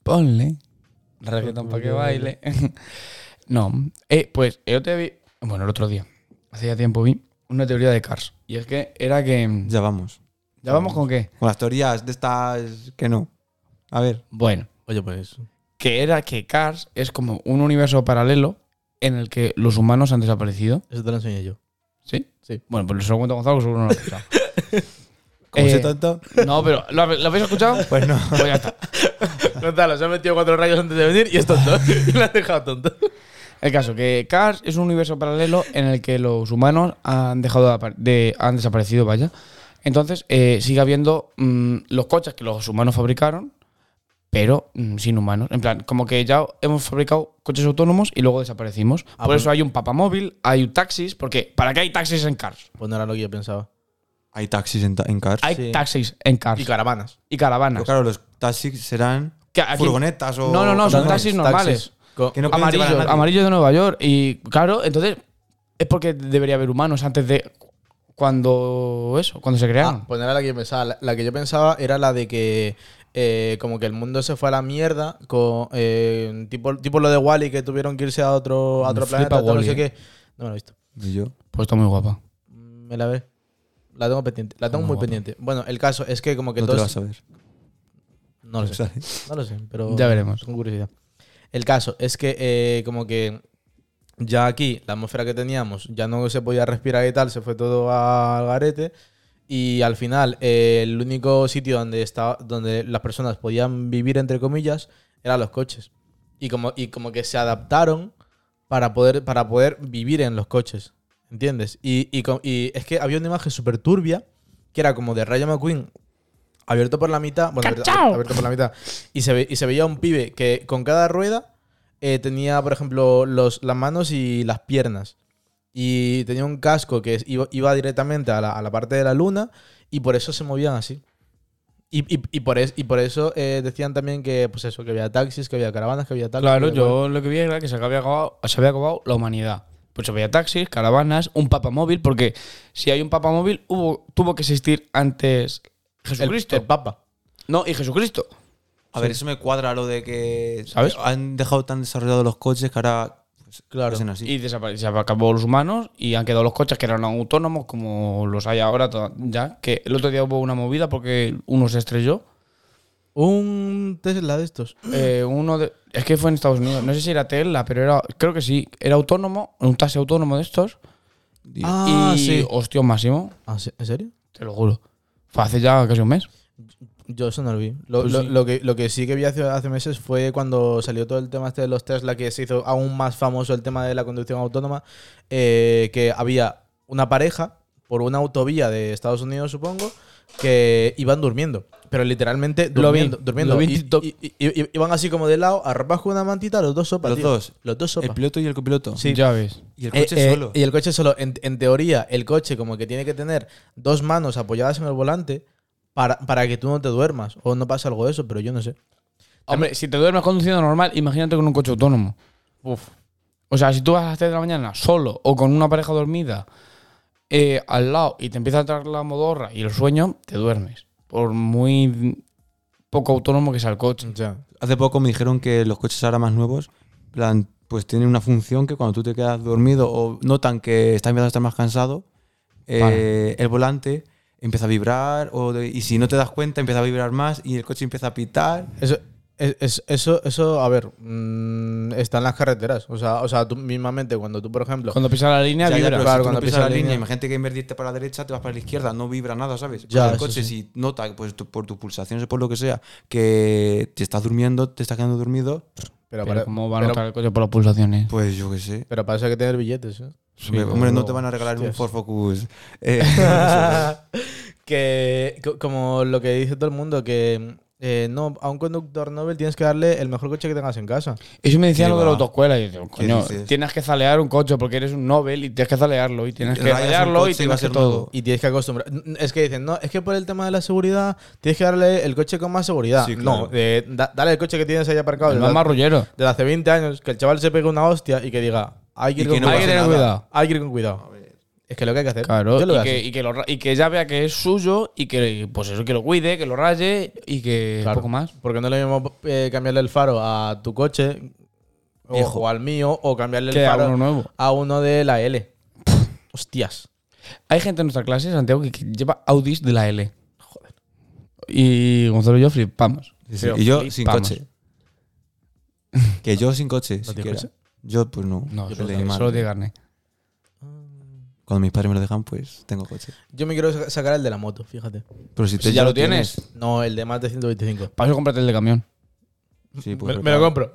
Ponle. Reggaeton para que baile. no. Eh, pues yo te vi. Bueno, el otro día. Hace ya tiempo vi una teoría de Cars. Y es que era que.
Ya vamos.
¿Ya vamos con qué?
Con las teorías de estas que no. A ver.
Bueno.
Oye, pues eso.
que era que Cars es como un universo paralelo en el que los humanos han desaparecido.
Eso te lo enseñé yo.
¿Sí?
Sí.
Bueno, pues se lo cuento a Gonzalo, que seguro no lo ha escuchado.
¿Cómo
Eh,
soy tonto?
No, pero ¿lo, habe- lo habéis escuchado?
Pues no.
Pues ya está.
Gonzalo, se ha metido cuatro rayos antes de venir y es tonto. y lo has dejado tonto.
El caso, que Cars es un universo paralelo en el que los humanos han dejado de, apar- de- han desaparecido, vaya. Entonces, eh, sigue habiendo mm, los coches que los humanos fabricaron, pero mm, sin humanos. En plan, como que ya hemos fabricado coches autónomos y luego desaparecimos.
Ah,
Por
pues-
eso hay un papamóvil, hay un taxis, porque ¿para qué hay taxis en Cars?
Pues no era lo que yo pensaba.
Hay taxis en, ta- en cars.
Hay
Sí.
taxis en Cars
Y Pues
y,
caravanas.
caravanas.
Pero claro, los taxis serán
Que aquí-
furgonetas o.
No, no, no, son
camiones.
taxis normales.
Co-
Que no pueden llevar a
amarillo,
nadie.
amarillo de Nueva York. Y claro, entonces es porque debería haber humanos antes de cuando eso, cuando se crearon.
Ah, pues no era la que yo pensaba. La, la que yo pensaba era la de que eh, como que el mundo se fue a la mierda con eh, tipo, tipo lo de Wally que tuvieron que irse a otro, a
Me
otro
flipa
planeta, tal, no
Wall-E,
sé
eh.
qué. No me lo he visto.
Y yo.
Pues está muy guapa.
Me la ve. La tengo pendiente. La tengo
Muy
muy
guapa.
pendiente. Bueno, el caso es que como que
no te
todos.
lo vas a ver.
No lo sé.
¿sabes?
No lo sé, pero.
Ya veremos.
Con curiosidad. El caso es que, eh, como que ya aquí, la atmósfera que teníamos, ya no se podía respirar y tal, se fue todo al garete. Y al final, eh, el único sitio donde, estaba, donde las personas podían vivir, entre comillas, eran los coches. Y como, y como que se adaptaron para poder, para poder vivir en los coches. ¿Entiendes? Y, y co- y es que había una imagen súper turbia que era como de Rayo McQueen abierto por la mitad. Bueno, abierto,
¡Cachao!
abierto por la mitad. Y se, ve- y se veía un pibe que con cada rueda eh, tenía, por ejemplo, los, las manos y las piernas. Y tenía un casco que es- iba, iba directamente a la, a la parte de la luna y por eso se movían así. Y, y- y por, es- y por eso eh, decían también que, pues eso, que había taxis, que había caravanas, que había tal. que
Claro,
había cual.
yo lo que vi era que se había acabado, se había acabado la humanidad. Pues había taxis, caravanas, un papamóvil, porque si hay un papamóvil, hubo, tuvo que existir antes
El,
Jesucristo.
el Papa.
no, y Jesucristo.
A ver, eso me cuadra lo de que.
¿Sabes?
Han dejado tan desarrollados los coches que ahora. pues,
Claro.
hacen así.
Y desapare- se acabó los humanos y han quedado los coches que eran autónomos como los hay ahora to- ya. Que el otro día hubo una movida porque uno se estrelló.
Un Tesla de estos.
eh, uno de- es que fue en Estados Unidos. No sé si era Tesla, pero era, creo que sí. Era autónomo, un taxi autónomo de estos.
Y-
Ah,
y
sí.
hostia, máximo,
Ah, ¿se- ¿En serio?
te lo juro. Fue hace ya casi un mes.
Yo eso no lo vi. Lo,
Pues
lo-
sí.
lo que, lo que sí que vi hace, hace meses fue cuando salió todo el tema este de los Tesla, que se hizo aún más famoso el tema de la conducción autónoma, eh, que había una pareja por una autovía de Estados Unidos, supongo, que iban durmiendo. Pero literalmente
Lo vi,
durmiendo. durmiendo.
lo vi en
Y-
TikTok.
y- y- y- iban así como de lado, arropados con una mantita, los dos sopas.
Los
tío.
dos.
Los dos sopas.
el piloto y el copiloto.
Sí.
Ya ves.
Y el
Eh,
coche
eh,
solo.
Y el coche solo. En, en teoría, el coche como que tiene que tener dos manos apoyadas en el volante para, para que tú no te duermas. O no pasa algo de eso, pero yo no sé.
Hombre, si te duermes conduciendo normal, imagínate con un coche autónomo. Uf. O sea, si tú vas a las 3 de la mañana solo o con una pareja dormida eh, al lado y te empieza a entrar la modorra y el sueño, te duermes. Por muy poco autónomo que sea el coche.
Hace poco me dijeron que los coches ahora más nuevos, plan, pues tienen una función que cuando tú te quedas dormido o notan que estás empezando a estar más cansado, eh, el volante empieza a vibrar o de- y si no te das cuenta empieza a vibrar más y el coche empieza a pitar.
Eso, es- es- eso, eso, a ver, mm, está en las carreteras. O sea, o sea, tú mismamente, cuando tú, por ejemplo.
Cuando pisas la línea,
Ya, ya,
vibra.
pero
claro,
si tú
cuando
no pisas la línea,
línea.
imagínate que en vez de irte para la derecha te vas para la izquierda, no vibra nada, ¿sabes?
Ya,
Cuando el
eso
coche
sí.
si nota pues, tu- por tus pulsaciones o por lo que sea que te estás durmiendo, te estás quedando dormido,
pero,
Pero
para-
¿Cómo va a
pero-
notar el coche por las pulsaciones?
pues yo qué sé.
pero para eso hay que tener billetes. ¿eh?
hombre,
desde
hombre, no
luego.
te van a regalar un
Hostias.
Ford Focus. eh, eso,
que co- como lo que dice todo el mundo, que eh, no, a un conductor Nobel tienes que darle el mejor coche que tengas en casa.
Eso me decían
¿Qué
lo de
va?
la autoescuela. Y yo, coño,
dices?
tienes que zalear un coche porque eres un Nobel y tienes que zalearlo y tienes que
Rayas un
rayarlo
coche
y
y va a
tienes que
ser
todo.
nuevo.
Y tienes que acostumbrar. N- n- Es que dicen, no, es que por el tema de la seguridad tienes que darle el coche con más seguridad.
Sí, claro.
No, eh, da- dale el coche que tienes ahí aparcado
El más
desde,
marrullero.
desde hace 20 años, que el chaval se pegue una hostia y que diga, hay que ir
Y
con
que no
Hay que
pase
cuidado.
tener
nada.
cuidado.
Hay que ir con cuidado. Es que lo que hay que hacer.
Claro,
Yo lo
y
veo
que,
así.
y que lo ra- y que ya vea que es suyo y que, pues eso, que lo cuide, que lo raye y que
Claro.
poco más.
Porque no es lo mismo eh, cambiarle el faro a tu coche o,
Viejo.
o al mío o cambiarle el
Que a
faro
uno nuevo.
a uno de la L. Hostias.
Hay gente en nuestra clase, Santiago, que, que lleva Audis de la L. Joder. Y Gonzalo y yo flipamos.
Sí, sí.
Pero
Y yo sin
flipamos.
coche. Que yo sin coche,
tienes
siquiera.
coche?
Yo, pues no.
No,
Yo
solo,
peleé mal.
solo tiene carne.
Cuando mis padres me lo dejan, pues tengo coche.
Yo me quiero sa- sacar el de la moto, fíjate.
Pero
Pues
si,
Si ya lo tienes,
No, el de más de 125.
para eso cómprate el de camión.
Sí,
Me-
pues,
me,
prepara.
lo compro.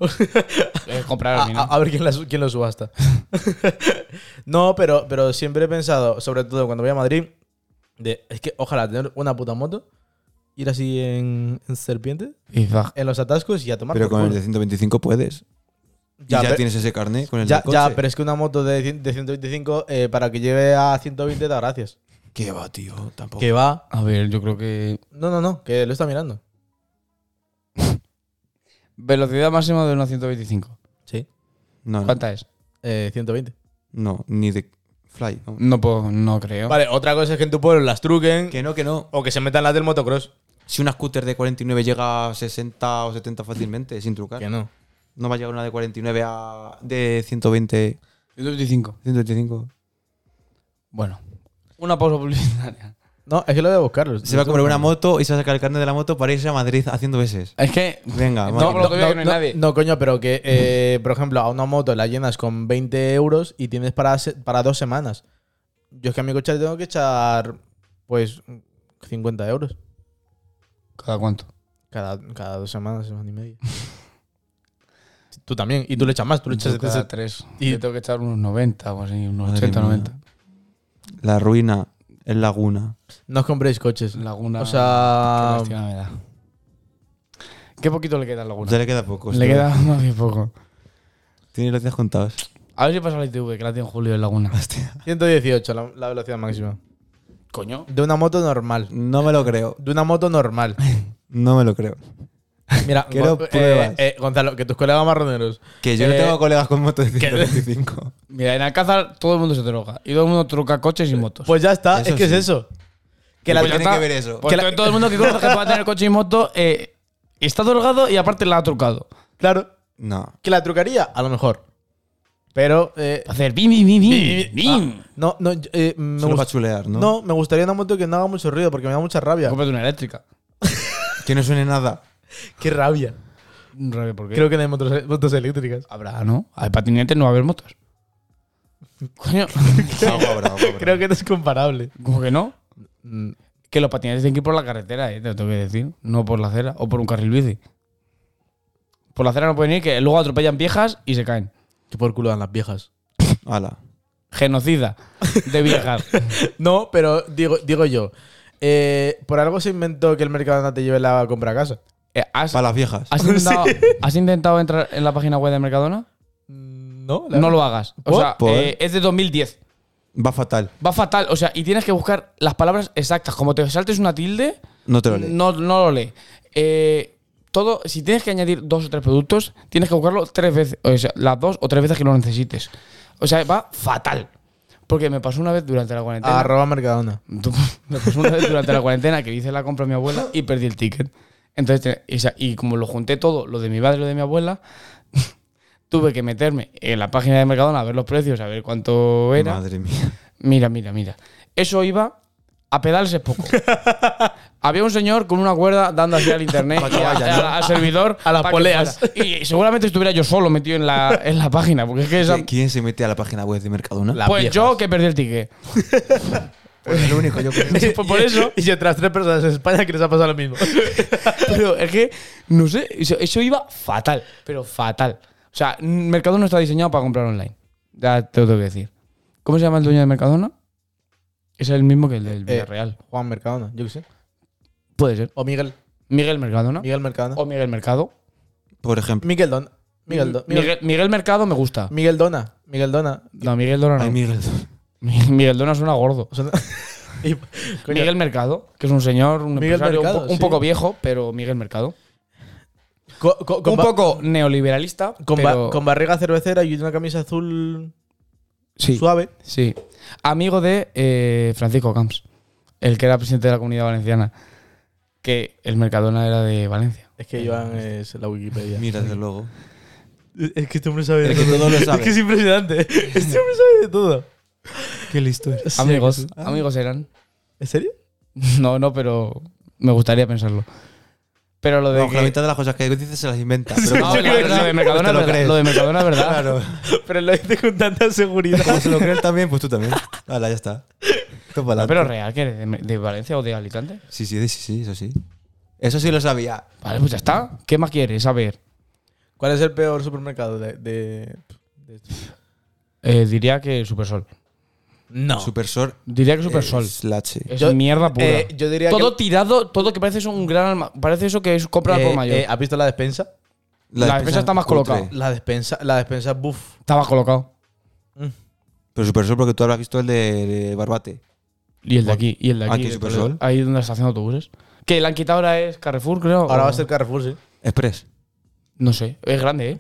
Es comprar al
A,
final.
a- a ver quién, la su- quién lo subasta. no, pero, pero siempre he pensado, sobre todo cuando voy a Madrid, de, es que ojalá tener una puta moto, ir así en, en serpiente,
Y zag.
en los atascos y a tomar
Pero
por
con el
culo.
de 125 puedes.
Ya,
y ya
pero-
tienes ese carnet con el
Ya,
del coche.
ya, pero es que una moto de, cien- de 125 eh, para que lleve a 120 da gracias.
¿Qué va, tío? Tampoco.
Que va.
A ver, yo creo que.
No, no, no, que lo está mirando.
Velocidad máxima de una 125.
Sí.
No, no,
¿Cuánta es?
Eh, 120.
no, ni de fly. no.
No puedo, no creo.
Vale, otra cosa es que en tu pueblo las truquen
Que no, que no.
o que se metan las del motocross.
Si una scooter de 49 llega a 60 o 70 fácilmente, sin trucar,
Que no.
no va a llegar una de 49 a de 120,
125.
125.
Bueno. Una pausa publicitaria.
No, es que lo voy a buscar.
Se va a comprar una moto y se va a sacar el carnet de la moto para irse a Madrid haciendo veces.
Es que.
Venga,
No,
vale.
pero- Todavía que no hay nadie.
no, coño, pero que, eh, por ejemplo, a una moto la llenas con 20 euros y tienes para, se- para dos semanas. Yo es que a mi coche le tengo que echar, pues, 50 euros
¿Cada cuánto?
cada, cada dos semanas, semana y media. tú también, y tú le echas más, tú le echas
Yo cada
70.
tres.
y-
Yo tengo que echar unos 90 o así, unos
Madre
80,
mía.
90.
La ruina es laguna.
No os compréis coches.
Laguna.
O sea,
Qué lástima me da. Qué poquito le queda a Laguna.
Ya le queda
pues
poco.
le queda más bien poco.
Tiene los días contados.
A ver si pasa la ITV, que la tiene Julio en Laguna.
118 la, la velocidad máxima.
Coño.
De una moto normal.
No me lo creo.
De una moto normal.
No me lo creo.
Mira,
Quiero
Gon- eh,
pruebas.
eh, Gonzalo, que tus colegas marroneros.
Que yo no
Eh,
tengo colegas con motos de 125.
Mira, en Alcázar todo el mundo se droga. Y todo el mundo truca coches y motos.
Pues ya está,
Eso
es que
sí.
es eso. Que la
Pues ya
tiene-
tiene que ver eso.
Pues
que la-
todo el mundo que conoce que pueda tener coche y moto eh, está drogado y aparte la ha trucado.
Claro,
No.
que la trucaría, a lo mejor. Pero. eh,
Para hacer bim, bim, bim,
y-
bim,
y-
bim.
ah, no, no, yo- eh, me
Solo para
gust-
chulear, ¿no?
no. me gustaría una moto que no haga mucho ruido porque me da mucha rabia.
Cómprate una eléctrica.
Que no suene nada.
Qué rabia.
Un rollo, porque
Creo que no hay motos, motos eléctricas.
habrá, ¿no? Hay patinetes, no va a haber motos. Coño,
Algo habrá, algo habrá.
Creo que no es comparable.
¿cómo que no?
Mm,
Que los patinetes tienen que ir por la carretera, eh, te lo tengo que decir. No por la acera o por un carril bici. Por la acera no pueden ir, que luego atropellan viejas y se caen.
Que por culo dan las viejas.
Ala.
Genocida de viejas.
No, pero digo, digo yo. eh, por algo se inventó que el Mercadona te lleve la compra a casa.
Eh, ¿has,
Para las viejas.
has intentado, has intentado entrar en la página web de Mercadona?
Mm, No,
No lo hagas. O
¿Por?
sea,
¿Por?
eh, es de 2010.
Va fatal.
Va fatal. O sea, y tienes que buscar las palabras exactas. Como te saltes una tilde,
No te lo lees.
Mm, no, no lo lee. Eh, todo, si tienes que añadir dos o tres productos, tienes que buscarlo tres veces. O sea, las dos o tres veces que lo necesites. O sea, va fatal. Porque me pasó una vez durante la cuarentena.
Arroba Mercadona.
me pasó una vez durante la cuarentena que le hice la compra a mi abuela y perdí el ticket. Entonces, te- o sea, y como lo junté todo, lo de mi padre y lo de mi abuela, tuve que meterme en la página de Mercadona a ver los precios, a ver cuánto era.
Madre mía.
Mira, mira, mira. Eso iba a pedales es poco. Había un señor con una cuerda dando así al internet, y a- a- al servidor,
A las
para que
poleas.
fuera. Y seguramente estuviera yo solo metido en la, en la página, porque es que esa-
¿Qui- ¿Quién se mete a la página web de Mercadona?
La-
pues
viejas.
yo que perdí el ticket.
Pues el único, yo creo.
Pues por eso.
Y si tras tres personas en España que les ha pasado lo mismo.
Pero es que, no sé, eso, eso iba fatal, pero fatal. O sea, Mercadona no está diseñado para comprar online. Ya te lo tengo que decir. ¿Cómo se llama el dueño de Mercadona? Es el mismo que el
Eh,
del Villarreal.
Juan Mercadona, yo qué sé.
Puede ser.
O Miguel.
Miguel Mercadona.
Miguel Mercadona.
O Miguel Mercado.
Por ejemplo.
Miguel Don. Miguel, Don- Miguel,
Miguel, Miguel Mercado me gusta.
Miguel Dona. Miguel Dona.
No, Miguel Dona
Ay,
no.
Miguel.
Miguel Dona suena gordo.
O sea, y- coño,
Miguel Mercado, que es un señor, un
Miguel
empresario un
Mercado,
po- un,
sí.
poco viejo, pero Miguel Mercado.
co- co- con
un
ba-
poco neoliberalista,
Con, ba-
pero...
con barriga cervecera y una camisa azul
sí,
suave.
sí. Amigo de eh, Francisco Camps, el que era presidente de la Comunidad Valenciana, que el Mercadona era de Valencia.
Es que Joan Eh, es la Wikipedia.
Mira, desde luego.
Es que este hombre sabe
Es que todo lo
Es que es
sabe.
impresionante. Este hombre sabe de todo.
Qué listo es.
Sí, Ah.
amigos,
es que sí.
amigos eran.
¿En serio?
No, no, pero me gustaría pensarlo. Pero lo de.
Vamos,
que-
la mitad de las cosas que dices se las inventa. Pero
No,
como-
lo, de- lo de Mercadona
Te
es
lo
verdad,
crees.
lo de Mercadona es verdad.
Pero lo dice con tanta seguridad.
Como se lo crees también, pues tú también. Hala, ya está. Todo para
Pero real, que eres de, de Valencia o de Alicante.
Sí, sí, sí, sí, eso sí. Eso sí lo sabía.
Vale, pues ya está. ¿Qué más quieres saber?
¿Cuál es el peor supermercado de, de- de este? esto?
Eh, diría que Supersol.
No.
Supersor.
Diría que Supersol.
eh, Slash.
es
yo-
mierda pura.
eh, yo diría
todo
que-
tirado, todo que parece eso un gran alma. Parece eso que es compra al
Eh,
por mayor.
eh, ¿Has visto la despensa?
La defensa está más
cutre.
colocada.
La despensa, la despensa, buf.
Estaba colocado.
Pero Supersor, porque tú habrás visto el de, de Barbate.
Y el de aquí, y el de aquí.
Aquí, Supersol.
Ahí donde la estación de autobuses. Que la han quitado ahora es Carrefour, creo.
Ahora
o-
va a ser Carrefour, sí.
Express.
No sé, es grande, ¿eh?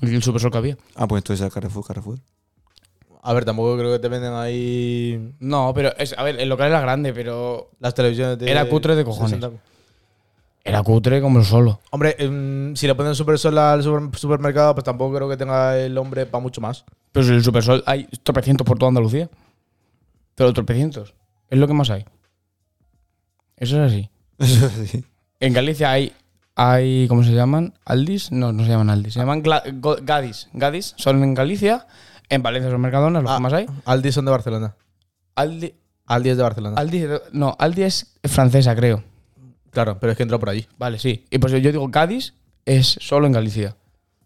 El Supersol que había.
Ah, pues entonces es Carrefour, Carrefour.
A ver, tampoco creo que te venden ahí
No, pero, es, a ver, el local era grande, pero
las televisiones de.
Era cutre de cojones.
60.
era cutre como el solo.
Hombre, em, si le ponen super sola al super- supermercado, pues tampoco creo que tenga el hombre para mucho más.
Pero si el Supersol hay tropecientos por toda Andalucía. Pero tropecientos. Es lo que más hay. Eso es así.
Eso sí.
En Galicia hay, hay ¿cómo se llaman? ¿Aldis? No, no se llaman Aldis. Se llaman Gla- Go- Gadis. Gadis son en Galicia. En Valencia son Mercadona, los
Ah,
que más hay.
Aldi son de Barcelona.
Aldi,
Aldi es de Barcelona.
Aldi, no, Aldi es francesa, creo.
Claro, pero es que entró por allí.
Vale, sí. Y pues yo digo Cádiz es solo en Galicia.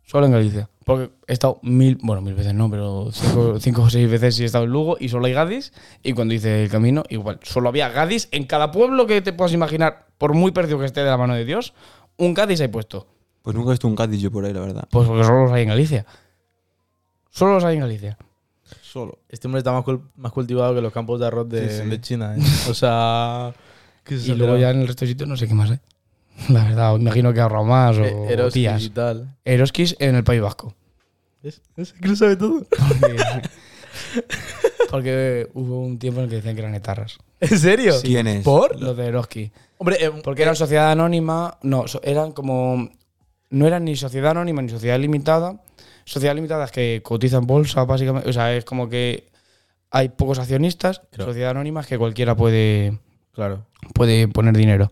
Solo en Galicia. Porque he estado mil, bueno, mil veces no, pero cinco, cinco o seis veces sí he estado en Lugo y solo hay Gadis. Y cuando hice el camino, igual, solo había Gadis en cada pueblo que te puedas imaginar, por muy perdido que esté de la mano de Dios, un Gadis hay puesto.
Pues nunca he visto un Cádiz yo por ahí, la verdad.
Pues porque solo los hay en Galicia. Solo los hay en Galicia.
Solo.
Este hombre está más, cul- más cultivado que los campos de arroz de,
Sí, sí.
de China. ¿eh? O sea. que se
Y luego ya en el resto de sitios no sé qué más hay. La verdad, me imagino que ahorra más o
Eh, Eros y
tías.
tal.
Eroskis en el País Vasco.
¿Ves? ¿Ves? Que lo sabe todo.
Porque, porque hubo un tiempo en el que decían que eran etarras.
¿En serio?
¿Quién es?
¿Por?
Los de Eroski.
Hombre, eh,
Porque eran sociedad anónima. No, so- eran como. No eran ni sociedad anónima ni sociedad limitada. Sociedad limitada es que cotizan bolsa, básicamente. O sea, es como que hay pocos accionistas.
Claro.
Sociedad anónima es que cualquiera puede,
Claro.
puede poner dinero.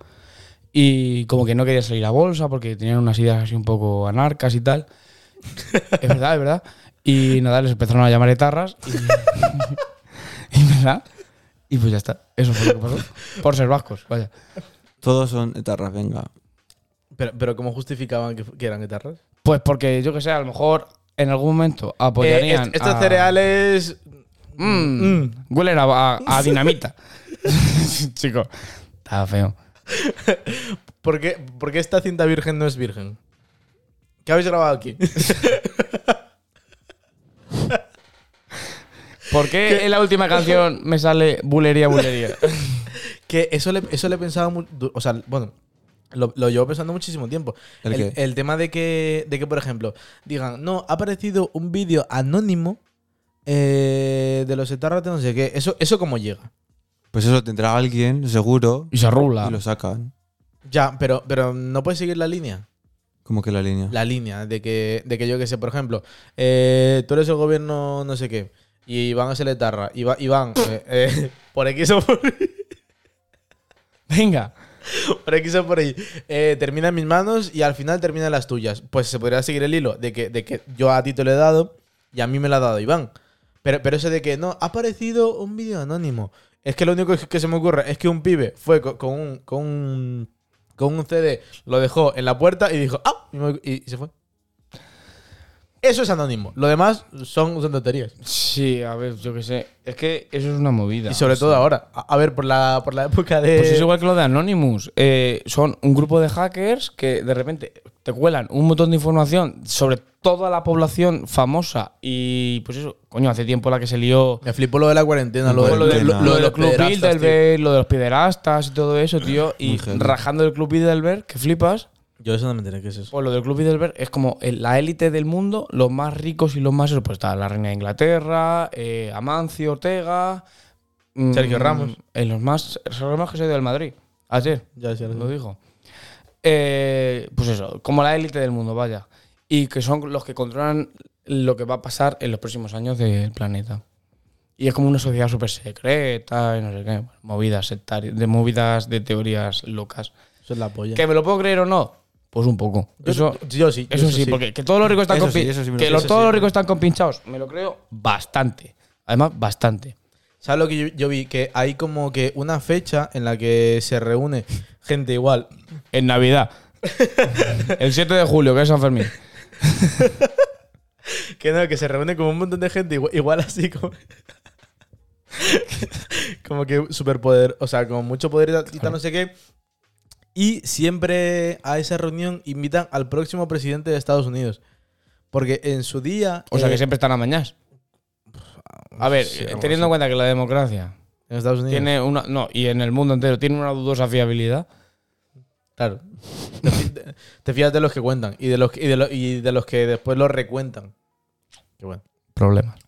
Y como que no quería salir a bolsa porque tenían unas ideas así un poco anarcas y tal. es verdad, es verdad. Y nada, les empezaron a llamar etarras. Y, y verdad. Y pues ya está. Eso fue lo que pasó. Por ser vascos, vaya.
Todos son etarras, venga.
Pero, pero ¿cómo justificaban que, fu- que eran guitarras?
Pues porque yo que sé, a lo mejor en algún momento
Eh,
apoyarían.
est- estos
a-
cereales.
Mm,
Mm.
Huelen a, a- a dinamita. Chico, estaba feo.
¿por qué, por qué esta cinta virgen no es virgen? ¿Qué habéis grabado aquí?
¿Por qué en la última canción me sale bulería, bulería?
que eso le, eso le pensaba. mu- du- O sea, bueno, lo, lo llevo pensando muchísimo tiempo.
¿El
el,
qué?
el tema de que, de que, por ejemplo, digan, no, ha aparecido un vídeo anónimo eh, de los etarras de no sé qué. ¿Eso, eso cómo llega?
Pues eso tendrá alguien, seguro,
Y se rula.
y lo sacan.
Ya, pero, pero no puedes seguir la línea.
Como que la línea.
la línea de que, de que yo que sé, por ejemplo, eh, tú eres el gobierno no sé qué, y van a ser etarra, y, va- y van eh, eh, por aquí o por,
Venga.
por aquí o por ahí, eh, termina en mis manos y al final termina en las tuyas. Pues se podría seguir el hilo de que, de que yo a ti te lo he dado y a mí me lo ha dado Iván. Pero, pero eso de que no, ha aparecido un vídeo anónimo. Es que lo único que se me ocurre es que un pibe fue co- con, un, con, un, con un CD, lo dejó en la puerta y dijo, ¡ah! Y, me- y- y se fue. Eso es anónimo. Lo demás son, son tonterías.
Sí, a ver, yo qué sé. Es que eso es una movida.
y sobre todo ahora. A, a ver, por la, por la época de.
Pues es igual que lo de Anonymous. Eh, son un grupo de hackers que de repente te cuelan un montón de información sobre toda la población famosa. Y pues eso, coño, hace tiempo la que se lió.
Me flipó lo de la cuarentena, lo,
Lo
de,
Lo, de,
Cuarentena.
lo- lo de
los
los Club
pederastas, tío.
Bilderberg, lo de los pederastas y todo eso, tío. Y
Muy heavy.
rajando el Club Bilderberg, que flipas.
Yo eso no me enteré, ¿qué es eso?
Pues lo del Club Bilderberg es como el- la élite del mundo, los más ricos y los más. Pues está la reina de Inglaterra, eh, Amancio Ortega. mm,
Sergio Ramos.
En los más. Sergio Ramos que se ha ido del Madrid. Ayer
Ya, ya, ya.
lo dijo. Eh, pues eso, como la élite del mundo, vaya. Y que son los que controlan lo que va a pasar en los próximos años del planeta. Y es como una sociedad súper secreta y no sé qué. Movidas sectarias, de movidas de teorías locas.
Eso es la polla.
Que me lo puedo creer o no, Pues un poco.
Yo-
Eso,
yo sí. yo
eso sí, porque que todos los ricos están,
Eso sí,
compi-
eso sí me lo-
que los-
eso
todos
sí.
los ricos están compinchados. Me lo creo bastante. Además, bastante.
¿Sabes lo que yo, yo vi? Que hay como que una fecha en la que se reúne gente igual.
En Navidad. el 7 de julio, que es San Fermín.
Que no, que se reúne como un montón de gente igual, igual así como. como que superpoder, o sea, con mucho poder y tal, y tal, no sé qué. Y siempre a esa reunión invitan al próximo presidente de Estados Unidos. Porque en su día.
O sea que
eh,
siempre están amañadas. A ver, eh,
sí, algo
teniendo en cuenta que la democracia
En Estados Unidos.
tiene una. No, y en el mundo entero tiene una dudosa fiabilidad.
Claro. Te fi- te- Te fías de los que cuentan y de los, que- y de lo- y de los que después los recuentan. Qué bueno.
Problemas.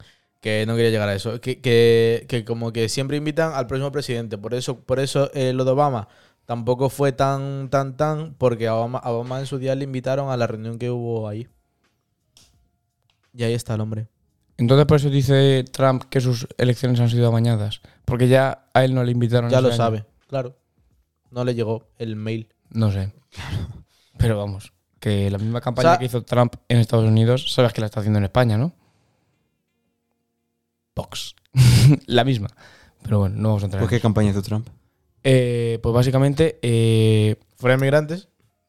Que no quería llegar a eso. Que, que- que como que siempre invitan al próximo presidente. Por eso, por eso eh, lo de Obama tampoco fue tan, tan, tan, porque a Obama, a Obama en su día le invitaron a la reunión que hubo ahí. Y ahí está el hombre.
Entonces, por eso dice Trump que sus elecciones han sido amañadas. Porque ya a él no le invitaron.
ya
ese
lo
año.
sabe, claro. No le llegó el mail.
No sé. Pero vamos, que la misma campaña
O sea-
que hizo Trump en Estados Unidos, sabes que la está haciendo en España, ¿no? Vox. la misma. Pero bueno, no vamos a entrar.
¿Por
en
qué
eso.
campaña hizo Trump?
Eh, pues básicamente, eh,
¿Fuera de migrantes?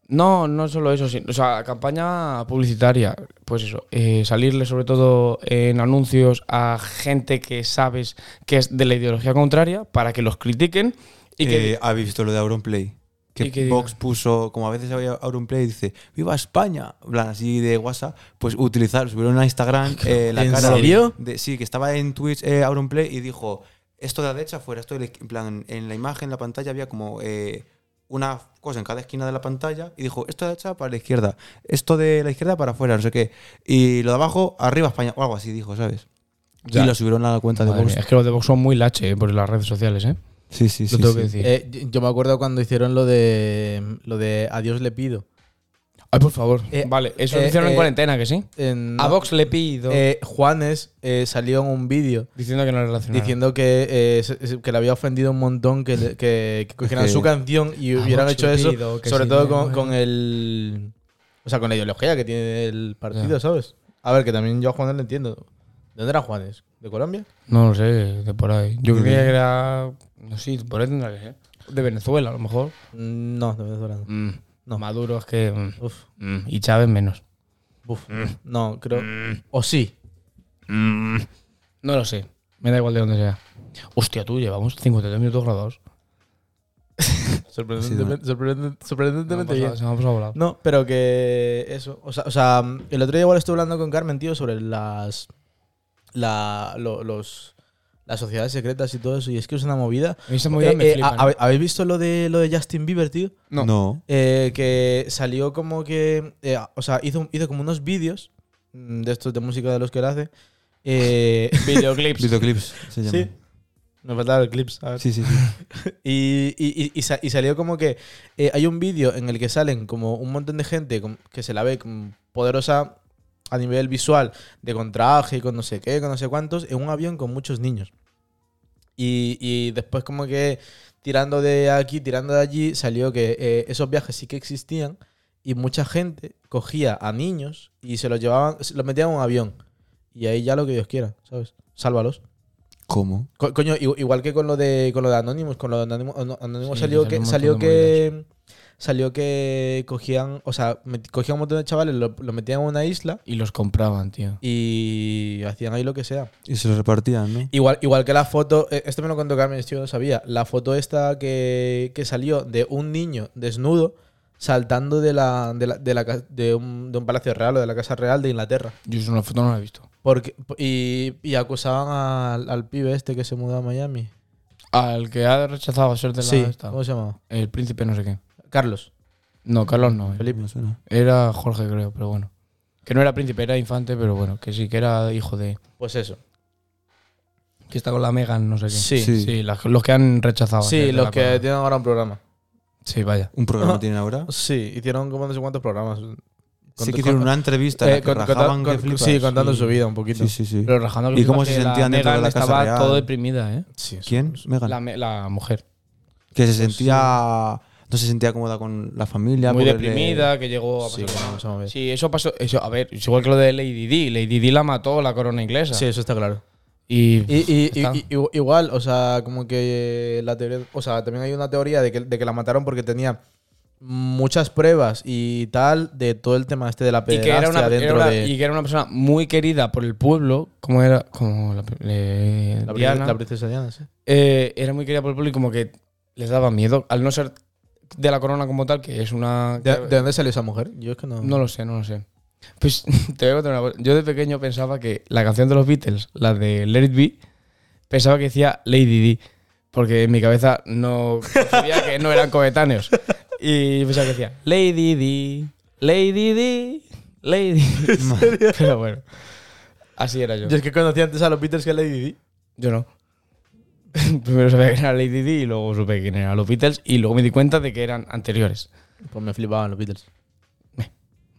no, no solo eso, sí- o sea, campaña publicitaria, pues eso, eh, salirle sobre todo en anuncios a gente que sabes que es de la ideología contraria para que los critiquen y que...
Eh, ¿Habéis visto lo de Auronplay?
y que
Que
diga-
Vox puso, como a veces había Auronplay, dice, ¡Viva España! en plan, así de WhatsApp, pues utilizar, subieron a Instagram eh, la
¿En
cara.
serio?
de- sí, que estaba en Twitch eh, Auronplay y dijo, esto de la derecha fuera, esto de la izqui-". en plan, en la imagen, en la pantalla había como eh, una cosa en cada esquina de la pantalla y dijo, esto de la derecha para la izquierda, esto de la izquierda para afuera, no sé qué. Y lo de abajo, arriba España, o algo así dijo, ¿sabes?
Ya.
Y lo subieron a la cuenta
Madre
de Vox.
mía, es que los de Vox son muy lache eh, por las redes sociales, ¿eh?
Sí, sí, sí.
lo tengo
sí.
que decir.
Eh, yo- yo me acuerdo cuando hicieron lo de lo de a Dios le pido.
Ay, por favor.
Eh,
vale, eso
eh,
lo hicieron
eh,
en cuarentena, que sí.
En-
A Vox le pido.
Eh, Juanes eh, salió en un vídeo
diciendo que no le relacionaron.
diciendo que, eh, se- se- que le había ofendido un montón que, le- que, que cogieran
que-
su canción y
A
hubieran
Vox
hecho
le
eso,
pido Ah, que
sobre
si
todo
no,
con,
eh.
con el... O sea, con la ideología que tiene el partido,
Ya.
¿sabes? A ver, que también yo a Juanes le entiendo. ¿De dónde era Juanes? ¿De Colombia?
No lo sé, de por ahí. Yo
De
creía
Venezuela.
que era. No sé, por ahí tendrá que ser. De Venezuela, a lo mejor.
Mm, No, de Venezuela no.
Mm,
No.
Maduro es que. mm,
Uf,
mm, y Chávez menos.
uf. No, creo...
Mm.
O sí.
No lo sé. Me da igual de dónde sea. Hostia, tú llevamos 53 minutos grabados.
Sorprendentemente, sorprendente- sorprendentemente
Se me ha
bien.
pasado- se me ha pasado volado.
No, pero que eso. O sea, o sea, el otro día igual estuve hablando con Carmen, tío, sobre las. La, lo- los, las sociedades secretas y todo eso. Y es que es una movida.
A mí esa movida
Eh,
me
eh,
flipa,
¿ha-
¿no?
¿Habéis visto lo de lo de Justin Bieber, tío?
No.
No.
Eh, que salió como que. eh, o sea, hizo, un- hizo como unos vídeos mm, de estos de música de los que él hace. Eh,
Videoclips.
Videoclips se llama.
sí. Me faltaba el clip, ¿sabes?
Sí, sí, sí.
Y, y- y- y sa- y salió como que eh, hay un vídeo en el que salen como un montón de gente com- que se la ve como poderosa a nivel visual, de con traje, con no sé qué, con no sé cuántos, en un avión con muchos niños. Y, y después como que tirando de aquí, tirando de allí, salió que eh, esos viajes sí que existían y mucha gente cogía a niños y se los llevaban, se los metían en un avión. Y ahí ya lo que Dios quiera, ¿sabes? Sálvalos.
¿Cómo?
Co- coño, i- igual que con lo de con lo de Anonymous, con lo de Anonymous, Ano- Anonymous
Sí,
salió
salió
que
un
salió
montón de
que salió que cogían, o sea, met- cogían un montón de chavales, lo, lo metían en una isla
Y los compraban, tío.
y hacían ahí lo que sea.
Y se lo repartían, ¿no?
Igual, igual que la foto, eh, esto me lo contó Carmen, yo no sabía, la foto esta que, que salió de un niño desnudo saltando de la de, la- de la ca- de un, de un palacio real o de la casa real de Inglaterra.
Yo eso, una foto no la he visto.
Porque, y, y acusaban al, al pibe este que se mudó a Miami.
Al que ha rechazado ser de la.
Sí,
esta.
¿cómo se llamaba?
El príncipe no sé qué.
Carlos.
No, Carlos no. eh.
Felipe.
Me suena.
Era Jorge, creo, pero bueno. Que no era príncipe, era infante, pero bueno, que sí, que era hijo de.
Pues eso.
Que está con la Megan, no sé qué.
Sí.
Sí.
Sí, las- los que han rechazado.
Sí,
hacer
los
la
que
corona.
tienen ahora un programa.
Sí, vaya.
¿Un programa tienen ahora?
Sí, hicieron como no sé cuántos programas.
Sí que hicieron una entrevista en la
Eh,
que
con- conta-
rajaban que
con-
flipas.
sí, contando
Sí.
su vida un poquito.
Sí, sí, sí.
Pero rajando que
¿Y cómo
flipas
se
que la
sentían dentro de
Meghan
la Casa
estaba
Real?
todo deprimida, ¿eh?
Sí, eso-
¿Quién?
eso-
Megan.
La, me- la mujer.
Que se sentía no se sentía cómoda con la familia. eh,
Muy
porque pues, le-
deprimida, que llegó a
Sí,
pasar
bueno, eso me ves.
Sí, eso pasó. Eso, a ver, es igual que lo de Lady Di. Lady Di la mató la corona inglesa.
Sí, eso está claro.
Y,
Y, y- y-
Está.
y- igu- igual, o sea, como que eh, la teoría. O sea, también hay una teoría de que, de que la mataron porque tenía muchas pruebas y tal de todo el tema este de la
y que
pederastia
era una,
dentro
era una-
de.
y que era una persona muy querida por el pueblo, como era como la, eh,
la, pri-
Diana.
la princesa Diana, sí.
Eh, era muy querida por el pueblo y como que les daba miedo, al no ser de la corona como tal, que es una...
¿De,
que-
de dónde salió esa mujer? Yo es que no.
No lo sé, no lo sé. Pues te voy a contar una cosa. Yo de pequeño pensaba que la canción de los Beatles, la de Let It Be, pensaba que decía Lady Di, porque en mi cabeza no sabía que no eran coetáneos. Y pensaba que decía Lady Di, Lady Di, Lady Di. Pero bueno, así era yo.
Yo es que conocí antes a los Beatles que a Lady Di.
Yo no. Primero sabía que era Lady Di y luego supe quién eran los Beatles y luego me di cuenta de que eran anteriores.
Pues me flipaban los Beatles.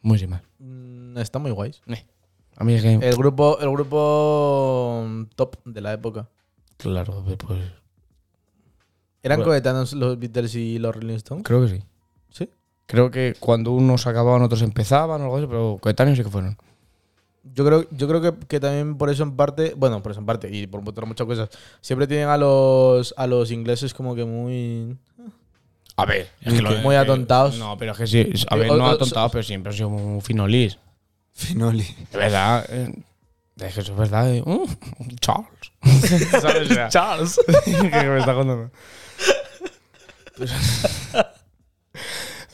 Muy sin más.
Mm, están muy guays.
Meh. A mí es que...
El grupo, el grupo mm, top de la época.
Claro, pues...
¿Eran
Bueno.
coetanos los Beatles y los Rolling Stones?
Creo que sí.
¿Sí?
Creo que cuando unos acababan, otros empezaban o algo así, pero coetáneos sí que fueron.
Yo creo, yo creo que, que también por eso en parte, bueno, por eso en parte y por otras muchas cosas, siempre tienen a los, a los ingleses como que muy...
A ver,
es que lo- Muy atontados. Eh,
No, pero es que sí. A ver,
O-
no
o-
atontados, pero siempre han sido muy finolis.
Finoli.
De verdad. eh, Es que eso es verdad. eh, uh, Charles. ¿Sabes? Charles. que me está contando.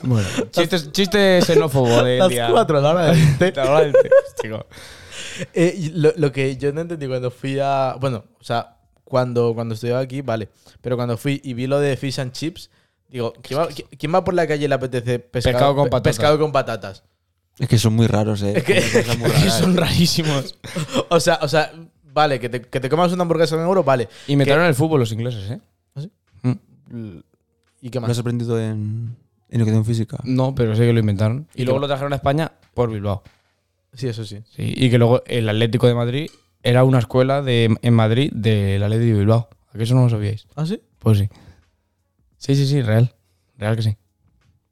bueno, chiste, chiste xenófobo de día.
a la hora del té.
Te hablo del té, chico.
Eh, y lo, lo que yo no entendí cuando fui a... Bueno, o sea, cuando, cuando estudiaba aquí, vale, pero cuando fui y vi lo de fish and chips, digo, ¿quién va, qui- quién va por la calle y le apetece pescado,
Pescado con
pe-
patatas.
pescado con patatas?
Es que son muy raros, eh. Es
que-
Son rarísimos.
O sea, o sea vale, que te, que te comas una hamburguesa en euro, vale.
Y metieron el fútbol los ingleses, ¿eh?
¿Y qué
Me has
más?
sorprendido en, en educación física.
No, pero sé que lo inventaron. Y,
¿Y qué
luego lo trajeron a España por Bilbao.
Sí, eso sí.
Sí, y que luego el Atlético de Madrid era una escuela de, en Madrid del Atlético de Bilbao. ¿A que eso no lo sabíais?
¿Ah, sí?
Pues sí. Sí, sí, sí, real. Real que sí.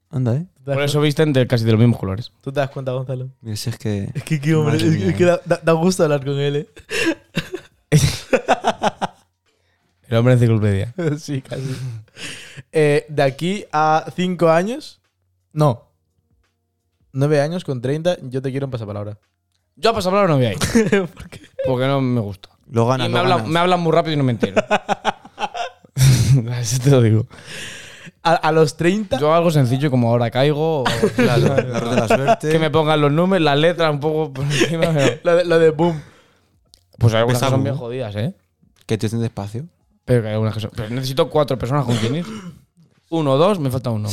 Anda, eh.
¿Tú te das
Por
cu-
eso visten de, casi de los mismos colores.
¿Tú te das cuenta, Gonzalo?
Mira, si es que.
Es que, qué hombre,
Madre
es, que- es
mía.
que da, da- da gusto hablar con él, ¿eh?
El hombre enciclopedia.
sí, casi. Eh, de aquí a 5 años, no. 9 años con 30, yo te quiero en pasapalabra.
Yo a pasapalabra no voy ahí.
¿Por qué?
Porque no me gusta.
Lo ganas,
Y me
lo
hablan,
ganas.
me hablan muy rápido y no me entero. Así te lo digo.
A, a los 30,
Yo algo sencillo como ahora caigo. o-
Claro, la rueda de la suerte.
que me pongan los números, las letras un poco por encima. pero-
lo, de, lo de boom.
Pues hay algunas que
Besabú.
son bien jodidas, ¿eh?
Que te estén despacio.
Pero que hay algunas que son- Pero necesito cuatro personas con quien ir. Uno, dos, me falta uno.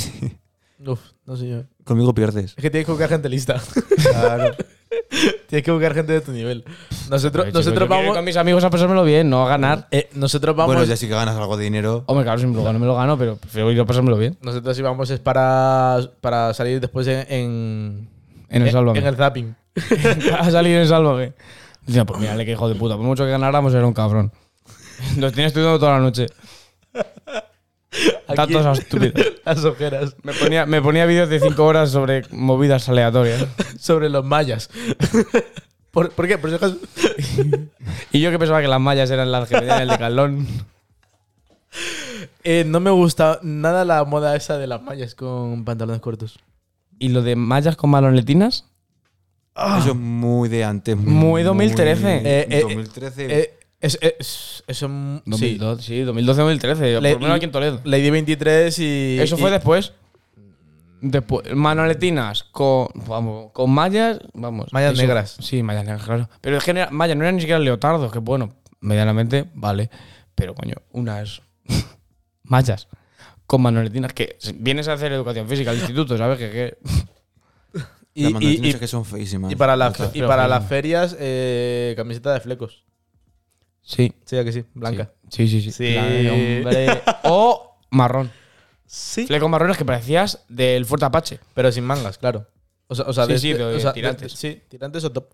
Uf, no sé yo.
Conmigo pierdes.
Es que tienes que buscar gente lista. tienes que buscar gente de tu nivel. Nosotros,
Pero, chicos, yo
nosotros,
quiero ir
vamos,
con mis amigos a pasármelo bien, no a ganar.
eh, nosotros vamos.
Bueno, ya sí que ganas algo de dinero.
Hombre, claro, si me lo gano, me lo gano, pero prefiero ir a pasármelo bien.
Nosotros íbamos es para, para salir después en, en,
Eh, En el
en-
Sálvame.
Eh, en el zapping.
a salir en Sálvame. Dice, pues mírale que hijo de puta. Por mucho que ganáramos, era un cabrón. Nos tiene estudiando toda la noche.
Aquí-
Datos estúpidos.
Las ojeras
Me ponía, me ponía vídeos de cinco horas sobre movidas aleatorias.
sobre los mayas. ¿Por, por qué? Por si acaso-
Y yo que pensaba que las mallas eran las que tenían el de calón.
Eh, no me gusta nada la moda esa de las mallas con pantalones cortos.
¿Y lo de mallas con malonetinas?
Eso es muy de antes.
Muy 2013.
Eh, eh,
2013.
Eh, es, es- es un- sí.
2012, sí, 2012-2013. Por
Le-
lo menos aquí en Toledo.
Lady 23 y.
Eso fue
y-
después. Después, manoletinas con, vamos, con mallas, vamos.
Mallas
eso-
negras.
Sí, mallas negras, claro. Pero es que no era- mallas no eran ni siquiera leotardos, que bueno, medianamente, vale. Pero coño, unas mallas con manoletinas que si vienes a hacer educación física al instituto, ¿sabes? Que, que-
y-
Las mandarinas
y- y-
es que son feísimas.
y para, las-
Total.
y para las ferias, eh, camiseta de flecos.
Sí.
Sí, ¿a que sí, blanca.
Sí, sí, sí.
Sí.
Claro, hombre. o marrón.
Sí.
Flecos marrones que parecías del Fuerte Apache.
Pero sin mangas, claro. O sea, o sea,
Sí, sí, de-
o sea,
tirantes.
sí, tirantes o top.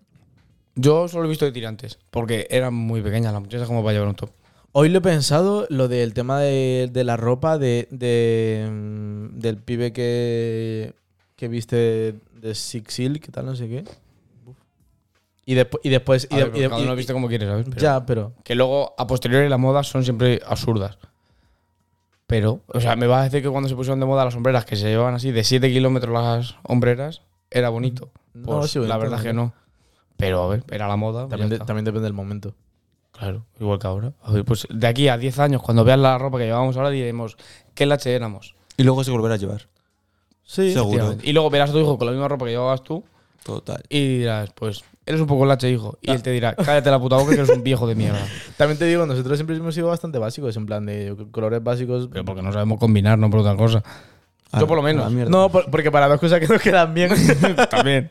Yo solo he visto de tirantes, porque eran muy pequeñas las muchachas como para llevar un top.
Hoy lo he pensado, lo del tema de, de la ropa de, de, mm, del pibe que, que viste de Sixil, que tal, no sé qué. Y, despu- y después... Y
A
de-
ver,
y de-
pero cada uno
y-
lo viste como quiere, ¿sabes? Pero-
ya, pero...
Que luego, a posteriori, las modas son siempre absurdas. Pero, o sea, me vas a decir que cuando se pusieron de moda las sombreras, que se llevaban así de 7 kilómetros las hombreras, era bonito.
No,
Pues
sí,
la
bonito,
verdad que no. Pero, a ver, era la moda. pues
También,
ya
de-
está.
también depende del momento.
Claro, igual que ahora. A ver, pues de aquí a 10 años, cuando veas la ropa que llevábamos ahora, diremos, ¿qué lache éramos?
Y luego se volverá a llevar.
Sí,
Seguro.
Y luego verás a tu hijo con la misma ropa que llevabas tú
Total.
y dirás, pues, eres un poco lache, hijo. Y él te dirá, cállate la puta boca que eres un viejo de mierda.
También te digo, nosotros siempre hemos sido bastante básicos, en plan de colores básicos.
Pero porque no sabemos combinar, no por otra cosa.
Ah,
A-
Yo por lo menos.
a la mierda.
No, por- porque para dos cosas que nos quedan bien,
También.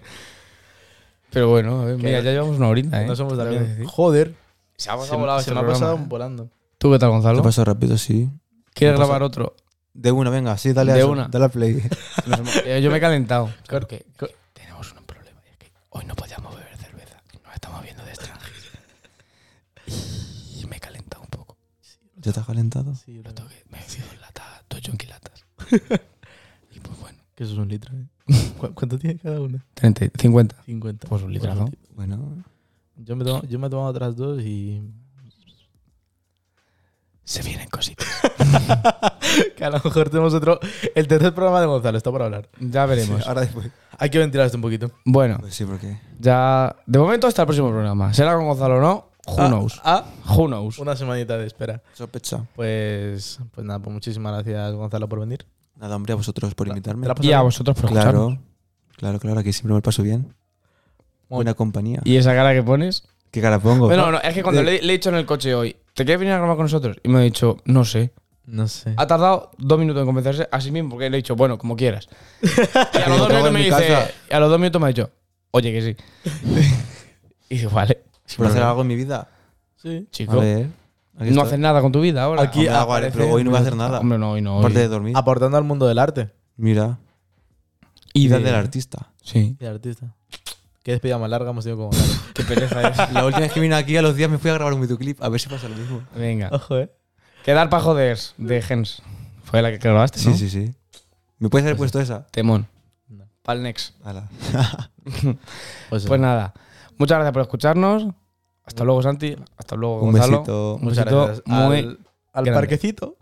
Pero bueno, a ver, mira, ya llevamos una horita, ¿eh?
no somos
Te
tan
voy a
bien.
decir.
Joder,
Se, ha
se, se me ha pasado volando.
¿Tú qué tal, Gonzalo?
Te pasa rápido, sí.
¿Quieres
me pasa-
grabar otro?
De una, venga, sí, dale
De
a eso,
una.
Dale a play.
Nos hemos- eh, yo me he calentado.
Cor-
Porque
cor-
tenemos un problema. y es que hoy no podíamos beber cerveza. Nos estamos viendo de extranjero. Y me he calentado un poco.
¿Ya estás calentado?
Sí,
Lo tengo que- me he bebido en lata, dos yonquilatas. Y pues bueno.
Que eso es un litro, ¿eh? ¿Cu- ¿Cuánto tiene cada una?
30, 50.
50.
Pues un litrazo.
Bueno.
Yo me, tomo- yo me he tomado otras dos y.
Se vienen cositas.
que a lo mejor tenemos otro. El tercer programa de Gonzalo, está por hablar.
Ya veremos.
Ahora después.
Hay que ventilar esto un poquito.
Bueno,
Pues sí, porque.
ya. De momento hasta el próximo programa. ¿Será con Gonzalo o no? Who
Ah,
knows?
ah,
Who knows?
una semanita de espera.
Sospecha.
Pues, pues nada, pues muchísimas gracias, Gonzalo, por venir.
Nada, hombre, a vosotros por invitarme.
¿Te la has
Y a
pasado bien?
vosotros por escucharnos.
Claro. Claro, claro, aquí siempre me lo paso bien. Buena compañía.
Y esa cara que pones.
¿Qué cara pongo?
Bueno, no, es que cuando
De-
le, le he dicho en el coche hoy, ¿te quieres venir a grabar con nosotros? Y me ha dicho, no sé.
No sé.
Ha tardado dos minutos en convencerse a sí mismo porque le he dicho, bueno, como quieras. Y a los
Lo
dos
tengo
minutos
en
me
mi
dice,
casa.
y a los dos minutos me ha dicho, oye, que sí. y digo, vale,
¿Por hacer algo en mi vida?
Sí.
A
chico,
ver. aquí
no
estoy.
haces nada con tu vida ahora.
Aquí
Hombre, hago-
aparece-
pero hoy no voy a hacer nada.
Hombre, no, hoy no. hoy-
Aparte de dormir.
Aportando al mundo del arte.
Mira.
y
Vida
de-
del artista.
Sí.
Y artista. Qué despedida más larga hemos tenido como. hablar.
Qué pereza es.
La última vez que vine aquí a los días me fui a grabar un videoclip. A ver si pasa lo mismo.
Venga.
Ojo, eh.
Quedar pa' joder de Gens. Fue la que grabaste,
Sí,
¿no?
sí, Pues sí. ¿Me puedes haber puesto esa?
Temón.
No.
Pal next.
Ala.
Pues, eso.
Pues nada, muchas gracias por escucharnos. Hasta luego, Santi. Hasta luego,
Un
Gonzalo.
besito.
Un besito
Al-
muy
al
grande.
parquecito.